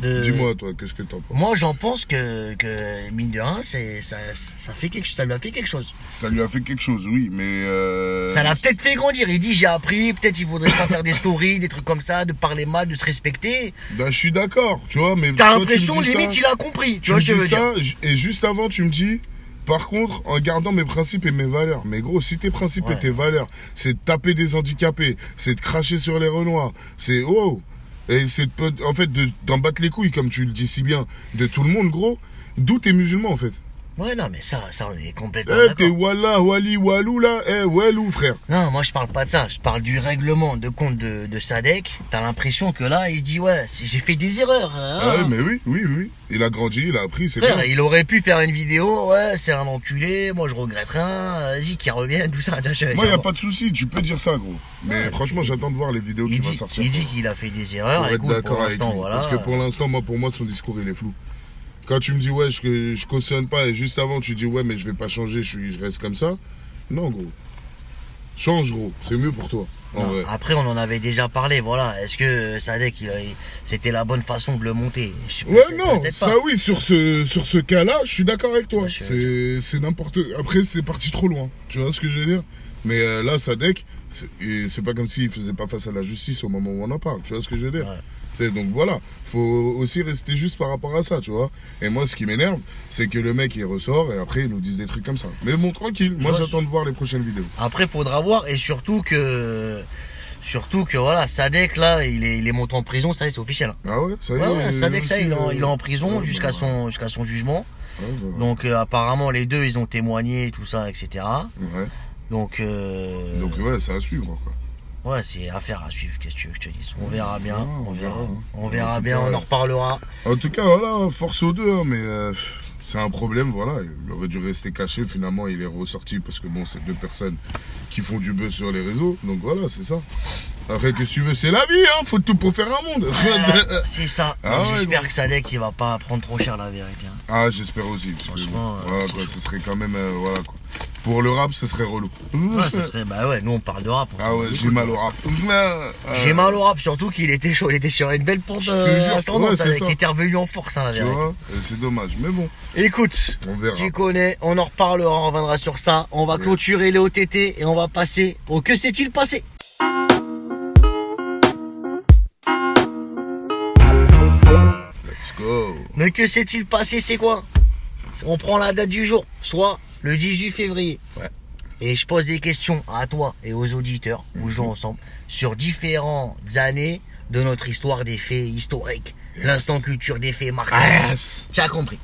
S1: de-
S2: Dis-moi, toi, qu'est-ce que t'en penses
S1: Moi, j'en pense que, que mine de rien, c'est, ça, ça, fait quelque, ça lui a fait quelque chose.
S2: Ça lui a fait quelque chose, oui, mais. euh,
S1: Ça l'a peut-être fait grandir. Il dit J'ai appris, peut-être il faudrait pas faire des stories, des trucs comme ça, de parler mal, de se respecter.
S2: Bah, je suis d'accord, tu vois, mais.
S1: T'as
S2: toi, tu me
S1: l'impression,
S2: dis ça-
S1: limite, il a compris. Tu
S2: Tu
S1: vois
S2: me
S1: ce que je veux
S2: dis
S1: dire
S2: ça, j- et juste avant, tu me dis, par contre, en gardant mes principes et mes valeurs. Mais gros, si tes principes
S1: Ouais.
S2: et tes valeurs, c'est de taper des handicapés, c'est de cracher sur les renois, c'est wow, et c'est de pe- en fait de- d'en battre les couilles, comme tu le dis si bien, de tout le monde, gros. D'où t'es musulman, en fait.
S1: Ouais, non, mais ça, ça, on est complètement.
S2: Eh,
S1: d'accord.
S2: t'es Wallah, Wali, Walou, là, eh, Walou, frère.
S1: Non, moi je parle pas de ça. Je parle du règlement de compte de, de Sadek. T'as l'impression que là, il se dit ouais, c'est- j'ai fait des erreurs. hein.
S2: Ah, ouais, mais oui, oui, oui. Il a grandi, il a appris, c'est
S1: Frère,
S2: bien.
S1: il aurait pu faire une vidéo, ouais, c'est un enculé, moi je regrette rien, vas-y, qu'il revienne, tout ça.
S2: Moi, y a pas de souci, tu peux dire ça, gros. Mais franchement, j'attends de voir les vidéos qui
S1: il
S2: vont
S1: dit,
S2: sortir.
S1: il dit qu'il a fait des
S2: pour
S1: erreurs,
S2: être
S1: écoute, pour
S2: d'accord avec lui.
S1: l'instant, voilà.
S2: Parce que pour l'instant, moi, pour moi, son discours, il est flou. Quand tu me dis, ouais, je, je cautionne pas, et juste avant, tu dis, ouais, mais je vais pas changer, je, suis, je reste comme ça. Non, gros. Change, gros. C'est mieux pour toi. En
S1: Non,
S2: vrai.
S1: Après, on en avait déjà parlé, voilà. Est-ce que Sadek, il a- il- c'était la bonne façon de le monter Je sais
S2: Ouais,
S1: peut-être-
S2: non,
S1: peut-être pas.
S2: ça oui, sur ce, sur ce cas-là, je suis d'accord avec toi.
S1: Ouais, je-
S2: C'est c'est n'importe. Après, c'est parti trop loin. Tu vois ce que je veux dire Mais euh, là, Sadek, c'est- et c'est pas comme s'il faisait pas face à la justice au moment où on en parle. Tu vois ce que je veux dire Et Donc voilà, faut aussi rester juste par rapport à ça, tu vois. Et moi, ce qui m'énerve, c'est que le mec, il ressort et après, il nous disent des trucs comme ça. Mais bon, tranquille, moi,
S1: Moi,
S2: j'attends de voir les prochaines vidéos.
S1: Après, faudra voir, et surtout que. Surtout que voilà, Sadek là, il est, il est monté en prison, ça y est, c'est officiel.
S2: Ah ouais, ça y est.
S1: Ouais, ouais,
S2: il-
S1: Sadek, ça,
S2: aussi,
S1: il est en,
S2: euh,
S1: il est en prison
S2: ouais,
S1: jusqu'à
S2: bah,
S1: son, jusqu'à son jugement.
S2: ouais, bah,
S1: Donc, euh, apparemment, les deux, ils ont témoigné, tout ça, etc.
S2: ouais.
S1: Donc, euh,
S2: Donc ouais, ça à suivre, quoi.
S1: ouais, c'est affaire à suivre, qu'est-ce que tu veux que je te dise. On verra bien,
S2: Ah,
S1: on,
S2: on
S1: verra.
S2: verra, hein.
S1: On
S2: En
S1: verra
S2: tout
S1: bien,
S2: cas,
S1: on en
S2: ouais.
S1: reparlera.
S2: En tout cas, voilà, force aux deux, hein, mais euh, pff, c'est un problème, voilà. Il aurait dû rester caché, finalement, il est ressorti parce que bon, c'est deux personnes qui font du buzz sur les réseaux, donc voilà, c'est ça. Après, que tu veux, c'est la vie, hein, faut tout pour faire un monde.
S1: Voilà, Euh, c'est ça.
S2: Ah
S1: Donc,
S2: ouais,
S1: J'espère
S2: gros.
S1: que Sadek, il va pas prendre trop cher la vérité. hein.
S2: ah, j'espère aussi. parce que
S1: Franchement, euh,
S2: bon, voilà,
S1: c'est
S2: quoi,
S1: chaud.
S2: ce serait quand même, euh, voilà, quoi. Pour le rap, ce serait relou.
S1: Ouais, ça serait, bah ouais, nous on parle de rap. on
S2: Ah
S1: s'en
S2: ouais,
S1: fout,
S2: j'ai mal au
S1: quoi.
S2: rap.
S1: J'ai mal au rap, surtout qu'il était chaud, il était sur une belle pente
S2: Je te
S1: euh,
S2: jure,
S1: ascendante,
S2: ouais, c'est
S1: Sadek,
S2: ça.
S1: il était revenu en force, hein, la
S2: Tu
S1: vérité.
S2: vois, euh, c'est dommage, mais bon,
S1: Écoute,
S2: on verra.
S1: tu connais, on en reparlera, on reviendra sur ça. On va
S2: Yes.
S1: clôturer les OTT et on va passer au Que s'est-il passé
S2: Let's go.
S1: Mais que s'est-il passé C'est quoi On prend la date du jour, soit le 18 février.
S2: Ouais.
S1: Et je pose des questions à toi et aux auditeurs, vous jouons ensemble, sur différentes années de notre histoire des faits historiques. L'instant culture des faits marquants.
S2: Yes.
S1: Tu as compris.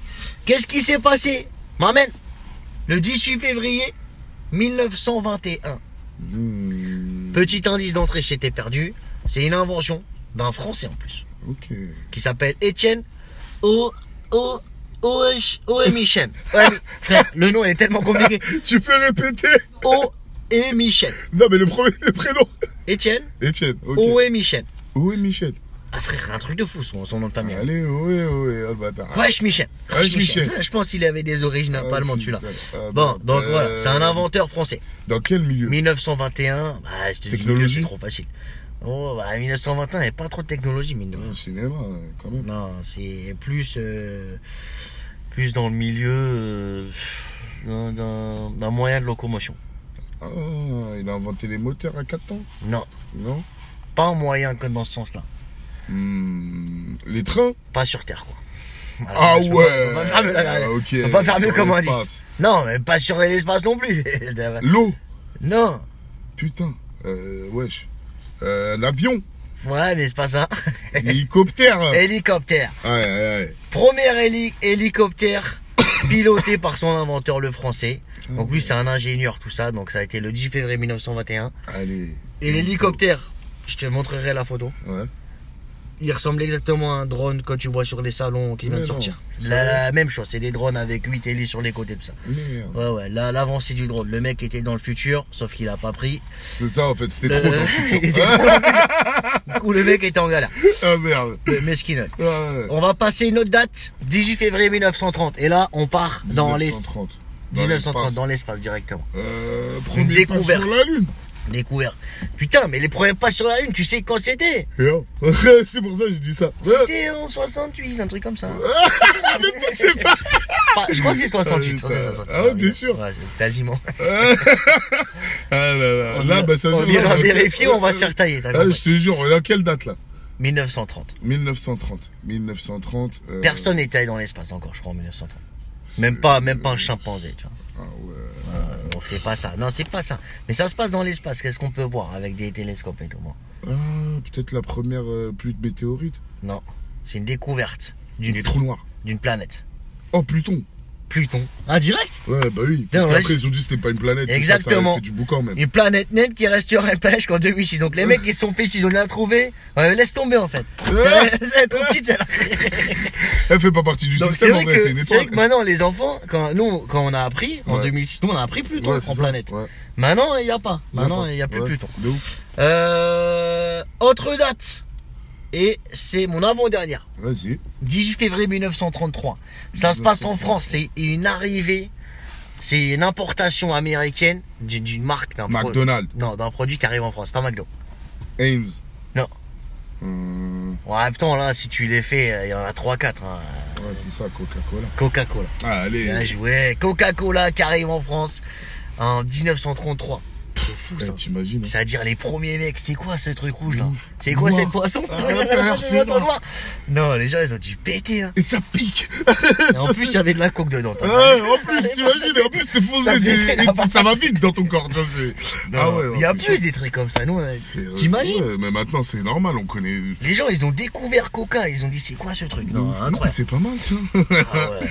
S1: Qu'est-ce qui s'est passé M'amène le 18 février 1921.
S2: Hmm,
S1: Petit indice d'entrée chez T'es perdu, c'est une invention d'un Français en plus
S2: ok.
S1: qui s'appelle Étienne O O O O E, Michel. Ouais, mais, frère, le nom il est tellement compliqué.
S2: Tu peux répéter
S1: O et Michel.
S2: Non, mais le premier le prénom.
S1: Étienne
S2: Étienne, ok.
S1: O et Michel.
S2: Où est Michel
S1: Ah frère, un truc de fou son, son nom de famille.
S2: Allez, ouais, ouais, ah, le bâtard.
S1: Wesh Michel.
S2: Wesh, Michel.
S1: Je pense qu'il avait des origines
S2: Ah,
S1: pas allemandes celui-là.
S2: putain. Ah,
S1: Bon,
S2: bah,
S1: donc
S2: euh,
S1: voilà, c'est un inventeur français.
S2: Dans quel milieu
S1: 1921, bah, je te dis,
S2: Technologie.
S1: c'est trop facile. Oh, bah, 1921, il n'y avait pas trop de technologie, mine de rien.
S2: Le cinéma, euh, quand même.
S1: Non, c'est plus, euh, plus dans le milieu euh, d'un- d'un d'un moyen de locomotion.
S2: Ah, il a inventé les moteurs à 4 ans,
S1: Non,
S2: non
S1: pas un moyen que dans ce sens-là.
S2: Hmm, Les trains
S1: Pas sur Terre, quoi. Alors,
S2: Ah
S1: je-
S2: ouais
S1: On va faire mieux, là, là, là.
S2: Ah, ok,
S1: On va faire mieux
S2: sur
S1: comme
S2: l'espace.
S1: indice. Non, mais pas sur l'espace non plus.
S2: L'eau
S1: non.
S2: Putain, euh, wesh. Euh, L'avion
S1: Ouais, mais c'est pas ça.
S2: L'hélicoptère là.
S1: Hélicoptère.
S2: Ouais, ouais,
S1: Premier héli- hélicoptère piloté par son inventeur, le français.
S2: Ah
S1: Donc lui, c'est un ingénieur, tout ça. Donc ça a été le 10 février 1921.
S2: ouais. Allez.
S1: Et l'hélicoptère, je te montrerai la photo.
S2: Ouais.
S1: Il ressemble exactement à un drone que tu vois sur les salons qui vient de
S2: Mais non,
S1: sortir.
S2: c'est
S1: La,
S2: vrai.
S1: la même chose, c'est des drones avec 8 hélices sur les côtés de ça.
S2: Merde.
S1: Ouais, ouais, là, l'avancée du drone. Le mec était dans le futur, sauf qu'il a pas pris.
S2: C'est ça en fait, c'était
S1: Le-
S2: trop dans le futur.
S1: il était trop dans le futur. Du coup, le mec était en galère.
S2: Ah merde.
S1: Le mesquinol.
S2: Ah, ouais.
S1: On va passer une autre date, 18 février 1930. Et là, on part dans les
S2: 1930. Dans
S1: 1930,
S2: l'espace.
S1: dans l'espace directement.
S2: Euh,
S1: Une
S2: premier pas
S1: découverte.
S2: sur la lune.
S1: Découvert. Putain, mais les premiers pas sur la Lune, tu sais quand c'était
S2: Et oh. c'est pour ça que je dis ça. Ouais.
S1: C'était en 68, un truc comme ça.
S2: C'est pas.
S1: Enfin, je crois que c'est 68.
S2: Ah,
S1: je crois que c'est 68.
S2: ah ouais, bien sûr.
S1: Ouais, c'est quasiment.
S2: Ah là là. Là, bah ça veut
S1: on
S2: dire-
S1: ira vérifier, on va se faire tailler. t'as
S2: Ah,
S1: compris.
S2: je te jure, on est à quelle date là
S1: 1930.
S2: 1930. 1930. euh,
S1: Personne n'est allé dans l'espace encore, je crois, en 1930. Même pas, même pas un chimpanzé, tu vois.
S2: Ah ouais.
S1: Euh, donc c'est pas ça. Non, c'est pas ça. Mais ça se passe dans l'espace. Qu'est-ce qu'on peut voir avec des télescopes et tout bon.
S2: Ah, peut-être la première euh, pluie de météorites.
S1: Non, c'est une découverte
S2: Il est
S1: d'une
S2: trop noir.
S1: d'une planète.
S2: Oh, Pluton.
S1: Pluton. Ah, direct
S2: Ouais, bah oui. Parce
S1: Non,
S2: qu'après,
S1: ouais,
S2: ils ont dit que c'était pas une planète. tout Ça, ça
S1: Exactement.
S2: avait fait du boucan même.
S1: Une planète nette qui restera en pêche qu'en 2006. Donc les mecs, ils se sont fichent, ils ont rien trouvé. Ouais, mais laisse tomber en fait. Ça ça, trop petite, celle-là.
S2: Elle fait pas partie du
S1: Donc c'est
S2: système en
S1: vrai,
S2: vrai, c'est une
S1: que- c'est vrai
S2: étoile.
S1: que maintenant, les enfants, quand, nous, quand on a appris, en
S2: Ouais.
S1: 2006, nous on a appris Pluton
S2: Ouais, c'est
S1: en
S2: ça,
S1: planète.
S2: ouais.
S1: Maintenant, il n'y a pas. Maintenant, il n'y a plus
S2: Ouais,
S1: Pluton.
S2: de ouf.
S1: Euh, autre date. Et c'est mon avant-dernière.
S2: Vas-y.
S1: 18 février 1933. Ça se passe en France. C'est une arrivée. C'est une importation américaine d'une d'une marque d'un pro-
S2: McDonald's.
S1: Non, d'un produit qui arrive en France, pas McDo.
S2: Ames.
S1: Non.
S2: Hum,
S1: Bon, en même temps, là, si tu les fais, euh, il y en a 3-4. hein.
S2: ouais, c'est ça, Coca-Cola.
S1: Coca-Cola.
S2: Ah, allez.
S1: Bien joué. Coca-Cola qui arrive en France en 1933. C'est fou
S2: Eh,
S1: ça.
S2: T'imagines hein.
S1: C'est-à-dire les premiers mecs, c'est quoi ce truc rouge là
S2: Ouf.
S1: C'est quoi
S2: Noir.
S1: cette poisson
S2: Ah, ouais, c'est
S1: C'est
S2: noir.
S1: noir. Non, les gens ils ont dû péter. Hein.
S2: Et ça pique
S1: Et en plus, il y avait de la coke dedans. t'as
S2: Ouais, Hein, en plus, t'imagines, en plus, t'es
S1: Ça
S2: foncé,
S1: fait-
S2: des- et ça va vite dans ton corps, tu vois, c'est...
S1: Non,
S2: Ah ouais,
S1: il y a
S2: ouais, c'est
S1: plus
S2: chaud.
S1: des trucs comme ça. Nous, on a-
S2: C'est, euh,
S1: t'imagines
S2: ouais, mais maintenant, c'est normal, on connaît...
S1: Les gens, ils ont découvert Coca, ils ont dit c'est quoi ce truc
S2: De
S1: Non,
S2: ouf.
S1: incroyable.
S2: C'est pas mal, tiens.
S1: Ah ouais.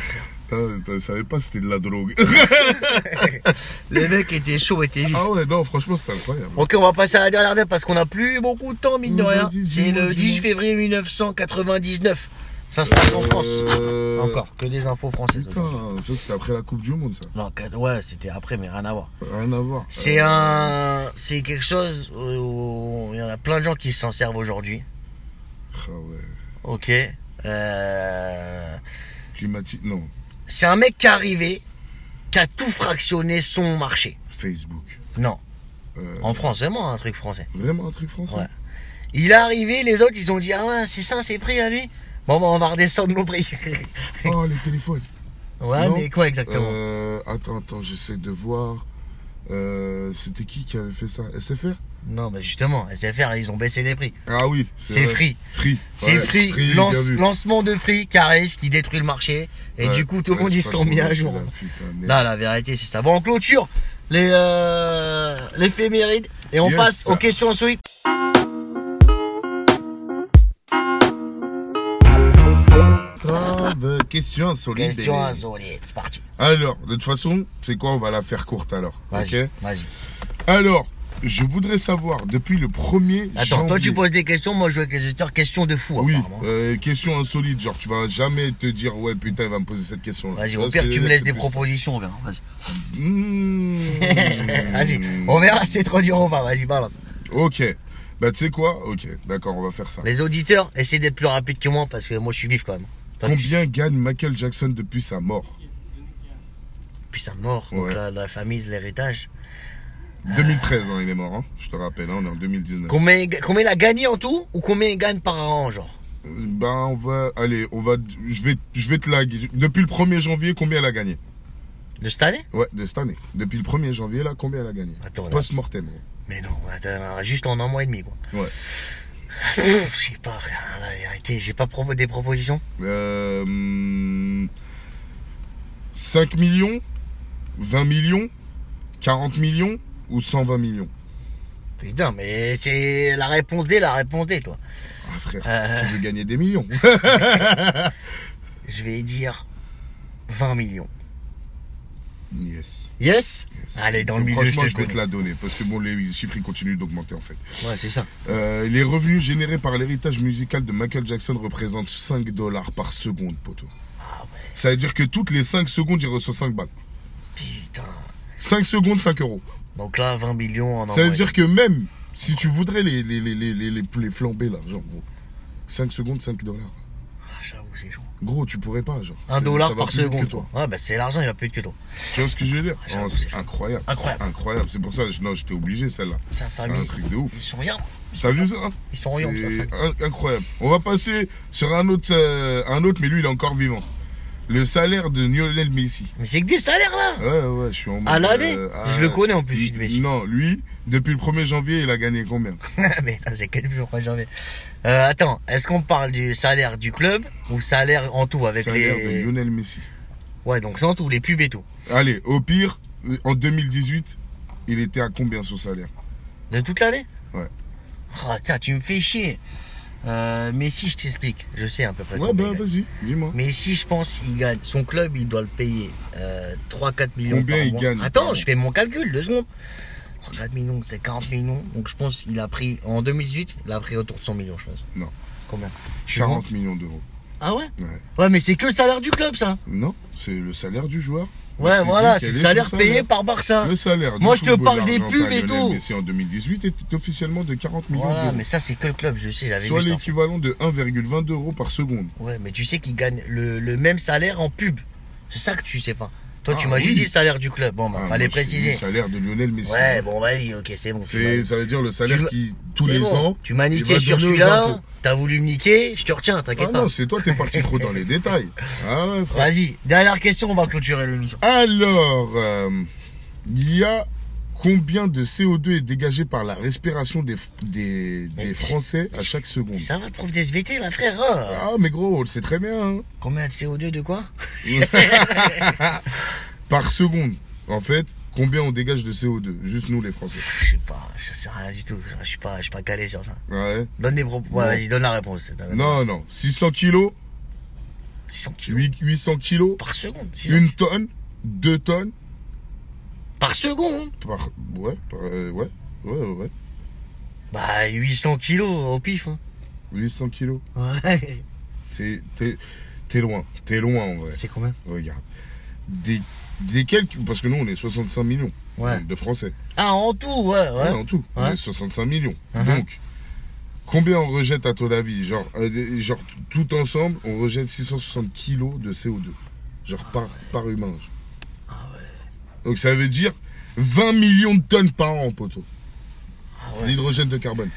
S2: Ah, Je savais pas c'était de la drogue.
S1: Les mecs étaient chauds, étaient vifs.
S2: ah ouais, non, franchement, c'est incroyable.
S1: Ok, on va passer à la dernière date parce qu'on a plus beaucoup de temps, mine de
S2: Vas-y,
S1: rien.
S2: dis-moi,
S1: C'est le
S2: dis-moi.
S1: 18 février 1999. Ça se passe en France.
S2: Euh,
S1: Encore, que des infos françaises.
S2: Putain, ça, c'était après la Coupe du Monde, ça.
S1: Non, que- ouais, c'était après, mais rien à voir.
S2: Rien à voir.
S1: C'est
S2: Euh,
S1: un. C'est quelque chose où il y en a plein de gens qui s'en servent aujourd'hui.
S2: Ah ouais.
S1: Ok. Euh,
S2: Climatique... Non.
S1: C'est un mec qui est arrivé, qui a tout fractionné son marché.
S2: Facebook.
S1: Non,
S2: Euh,
S1: en France, vraiment un truc français.
S2: Vraiment un truc français
S1: Ouais. Il est arrivé, les autres ils ont dit Ah ouais, c'est ça, c'est pris à lui. Bon, bah, on va redescendre nos prix.
S2: Oh, les téléphones.
S1: ouais,
S2: Non.
S1: mais quoi exactement
S2: Euh, attends, attends, j'essaie de voir. Euh, C'était qui qui avait fait ça SFR
S1: Non, mais justement, SFR, ils ont baissé les prix.
S2: Ah oui,
S1: C'est
S2: vrai.
S1: Free.
S2: Free.
S1: C'est
S2: ouais,
S1: Free,
S2: bien
S1: lance-
S2: vu.
S1: lancement de Free qui arrive, qui détruit le marché. Et
S2: Ouais,
S1: du coup, tout le
S2: ouais,
S1: monde
S2: j'ai
S1: ils
S2: pas
S1: se sont mis à
S2: trouvé
S1: jour.
S2: celui-là, putain, merde.
S1: Là, la vérité, c'est ça. Bon, on clôture les euh, l'éphéméride et on
S2: Yes.
S1: passe aux questions insolites.
S2: Grave question insolite.
S1: Questions
S2: bébé.
S1: insolites, c'est parti.
S2: Alors, de toute façon, c'est quoi On va la faire courte alors. Ok
S1: Vas-y, vas-y.
S2: Alors, je voudrais savoir, depuis le 1er
S1: Attends, toi tu
S2: janvier-
S1: poses des questions, moi je joue avec les auteurs. Questions de fou,
S2: Oui,
S1: apparemment.
S2: euh, question insolite, genre tu vas jamais te dire ouais putain il va me poser cette question là.
S1: Vas-y, au pire, tu me laisses des propositions, on verra. Vas-y,
S2: Hmm.
S1: Vas-y, on verra, c'est trop dur, on va, vas-y, balance.
S2: Oh. Ok. Bah, tu sais quoi Ok, d'accord, on va faire ça.
S1: Les auditeurs, essayez d'être plus rapide que moi parce que moi je suis vif quand même. Toi, tu-
S2: Combien gagne Michael Jackson depuis sa mort
S1: Puis sa mort, donc
S2: Ouais.
S1: la, la famille, l'héritage.
S2: 2013, hein, il est mort, hein. je te rappelle, hein, on est en 2019.
S1: Combien, combien il a gagné en tout ou combien il gagne par an, genre
S2: Euh, Ben, on va. Allez, on va. Je vais, je vais te la. Depuis le 1er janvier, combien elle a gagné
S1: De cette année
S2: Ouais, de cette année. Depuis le 1er janvier, là, combien elle a gagné
S1: Attends, là.
S2: Post-mortem.
S1: Mais non, attends, juste en un mois et demi, quoi.
S2: Ouais.
S1: Pff, Je sais pas, frère, la vérité, j'ai pas propo- des propositions.
S2: Euh, hum, 5 millions 20 millions 40 millions Ou 120 millions
S1: Putain, mais c'est la réponse D, la réponse D, toi.
S2: Ah, frère,
S1: Euh.
S2: tu veux gagner des millions
S1: Je vais dire 20 millions.
S2: Yes.
S1: Yes,
S2: yes.
S1: Allez, dans le milieu, je
S2: Franchement,
S1: te
S2: je vais
S1: connais.
S2: te la donner. Parce que bon, les chiffres, ils continuent d'augmenter, en fait.
S1: Ouais, c'est ça.
S2: Euh, les revenus générés par l'héritage musical de Michael Jackson représentent 5 dollars par seconde, poteau. Ça veut dire que toutes les 5 secondes, il reçoit 5 balles.
S1: Putain.
S2: 5 secondes, 5 euros.
S1: Donc là, 20 millions en un
S2: Ça veut
S1: mois et
S2: dire que même si tu voudrais les, les, les, les, les, les, les flamber, là, genre, gros, 5 secondes, 5 dollars.
S1: demi. Ah, j'avoue, c'est chaud.
S2: Gros, tu pourrais pas, genre.
S1: Un
S2: C'est-
S1: dollar
S2: ça va
S1: par
S2: plus vite
S1: seconde.
S2: Que toi.
S1: Ouais, bah c'est l'argent, il va plus vite que toi.
S2: Tu vois ce que je veux dire
S1: J'avoue,
S2: Oh,
S1: c'est
S2: C'est
S1: chaud.
S2: incroyable.
S1: Incroyable.
S2: C'est Incroyable. C'est pour ça, je- non, j'étais obligé, celle-là.
S1: Sa
S2: C'est
S1: famille.
S2: un truc de ouf.
S1: Ils sont rien.
S2: T'as vu ça hein
S1: Ils sont riants, ça,
S2: C'est
S1: fait.
S2: in- incroyable. On va passer sur un autre, euh, un autre, mais lui, il est encore vivant. Le salaire de Lionel Messi.
S1: Mais c'est que des salaires là
S2: Ouais, ouais, je suis en mode,
S1: À Ah, l'année Je le connais, en plus,
S2: il-
S1: de Messi.
S2: Non, lui, depuis le 1er janvier, il a gagné combien
S1: Mais attends, c'est quel jour, moi, j'en vais. Euh, attends, est-ce qu'on parle du salaire du club ou salaire en tout avec
S2: Salaire de
S1: les.
S2: Lionel Messi.
S1: Ouais, donc c'est en tout, les pubs et tout.
S2: Allez, au pire, euh, en 2018, il était à combien son salaire
S1: De toute l'année
S2: Ouais.
S1: Oh, tiens, tu me fais chier. Euh, Messi, je t'explique. Je sais à peu près.
S2: Ouais,
S1: combien
S2: bah
S1: il gagne.
S2: vas-y, dis-moi.
S1: Mais si je pense il gagne, son club, il doit le payer euh, 3-4 millions.
S2: Combien
S1: par
S2: il
S1: mois.
S2: gagne par
S1: Attends,
S2: mois
S1: je fais mon calcul, deux secondes. 3-4 millions, c'est 40 millions. Donc je pense qu'il a pris, en 2018, il a pris autour de 100 millions, je pense.
S2: Non.
S1: Combien Je suis bon
S2: 40 millions d'euros.
S1: Ah ouais
S2: Ouais.
S1: Ouais, mais c'est que le salaire du club, ça.
S2: Non, c'est le salaire du joueur.
S1: Ouais,
S2: Je t'ai
S1: voilà,
S2: dit
S1: c'est
S2: quel
S1: le
S2: est son
S1: salaire payé par Barça.
S2: Le salaire.
S1: Moi,
S2: du
S1: je te parle
S2: footballeur
S1: des
S2: argentin
S1: pubs et
S2: Lionel
S1: tout.
S2: Messi en 2018 était officiellement de 40 millions
S1: Voilà,
S2: d'euros.
S1: mais ça, c'est que le club, je sais, j'avais
S2: Soit
S1: vu ça.
S2: l'équivalent de 1,20 euros par seconde.
S1: Ouais, mais tu sais qu'il gagne le, le même salaire en pub. C'est ça que tu sais pas. Toi, tu
S2: Ah,
S1: m'as
S2: oui.
S1: juste dit le salaire du club. Bon, bah,
S2: Ah,
S1: fallait
S2: moi, je t'ai dit
S1: préciser.
S2: Le salaire de Lionel Messi.
S1: Ouais, bon, vas-y, ok, c'est bon. tu m'as
S2: C'est,
S1: dit.
S2: ça veut dire le salaire
S1: Tu m'as-
S2: qui, tous
S1: C'est
S2: les
S1: bon.
S2: ans.
S1: Tu m'as
S2: il
S1: niqué
S2: va
S1: sur
S2: donner aux impôts.
S1: celui-là, t'as voulu me niquer, je te retiens,
S2: Ah
S1: t'inquiète pas.
S2: non, c'est toi, t'es parti trop dans les détails. Ah ouais, frère.
S1: Vas-y, dernière question, on va clôturer l'émission.
S2: Alors, euh, il y a combien de CO2 est dégagé par la respiration des, des, des
S1: Mais-
S2: Français à chaque seconde
S1: Mais Ça va, le prof de SVT, là, frère hein
S2: Ah, mais gros, on le sait très bien. hein.
S1: Combien de CO2 de quoi
S2: par seconde, en fait, combien on dégage de CO2 Juste nous, les Français.
S1: Je sais pas, je sais rien du tout, je suis pas, je suis pas calé sur ça.
S2: Ouais.
S1: Donne des propos, ouais,
S2: Non.
S1: vas-y, donne la réponse. Donne la réponse.
S2: Non, non. 600 kilos,
S1: 600 kilos.
S2: huit- 800 kilos,
S1: Par seconde, 600
S2: une tonne, deux tonnes,
S1: Par seconde hein.
S2: par. Ouais, par, euh, ouais, ouais, ouais, ouais.
S1: Bah, 800 kilos au pif. Hein.
S2: 800 kilos.
S1: Ouais.
S2: C'est. T'es t'es loin. T'es loin, en vrai.
S1: C'est combien
S2: Regarde. Des, des quelques. Parce que nous, on est 65 millions
S1: Ouais.
S2: de Français.
S1: Ah, en tout, ouais, ouais.
S2: Ouais, en tout.
S1: Ouais.
S2: On est 65 millions.
S1: Mhm.
S2: Donc, combien on rejette à ton avis genre, euh, des- genre, tout ensemble, on rejette 660 kilos de CO2. Genre, par, par humain. genre.
S1: Ah
S2: Donc, ça veut dire 20 millions de tonnes par an, poteau.
S1: Ah ouais.
S2: L'hydrogène de carbone.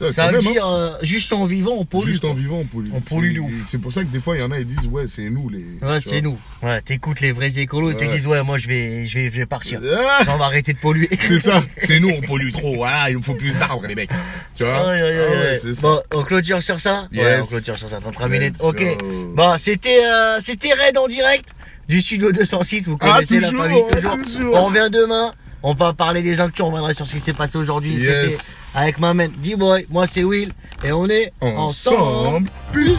S2: Ouais,
S1: Ça
S2: quand
S1: veut
S2: même, hein.
S1: dire, euh, juste en vivant, on pollue.
S2: Juste en
S1: quoi.
S2: vivant, on pollue.
S1: On pollue de
S2: Et-
S1: ouf.
S2: et C'est pour ça que des fois, il y en a, ils disent, ouais, c'est nous les.
S1: Ouais,
S2: tu
S1: c'est
S2: vois.
S1: nous. Ouais, t'écoutes les vrais écolos et te
S2: Ouais.
S1: disent, ouais, moi, je vais, je vais, je vais partir.
S2: Ah
S1: On va arrêter de polluer.
S2: C'est ça, c'est nous, on pollue trop. Voilà, il nous faut plus d'arbres, les mecs. Tu vois
S1: Aïe, aïe, aïe,
S2: Ah ouais,
S1: aïe.
S2: c'est ça.
S1: Bon, on clôture sur ça Ouais,
S2: Yes.
S1: on clôture sur ça, dans 3
S2: Let's
S1: minutes. Ok.
S2: go.
S1: Bon, c'était euh, c'était Red en direct du studio 206. Vous
S2: Ah,
S1: connaissez
S2: toujours,
S1: la famille
S2: hein,
S1: toujours.
S2: toujours.
S1: On revient demain. On va parler des actus. On reviendra sur ce qui s'est passé aujourd'hui.
S2: Yes.
S1: C'était Avec ma man D-Boy. Moi, c'est Will. Et on est
S2: ensemble plus.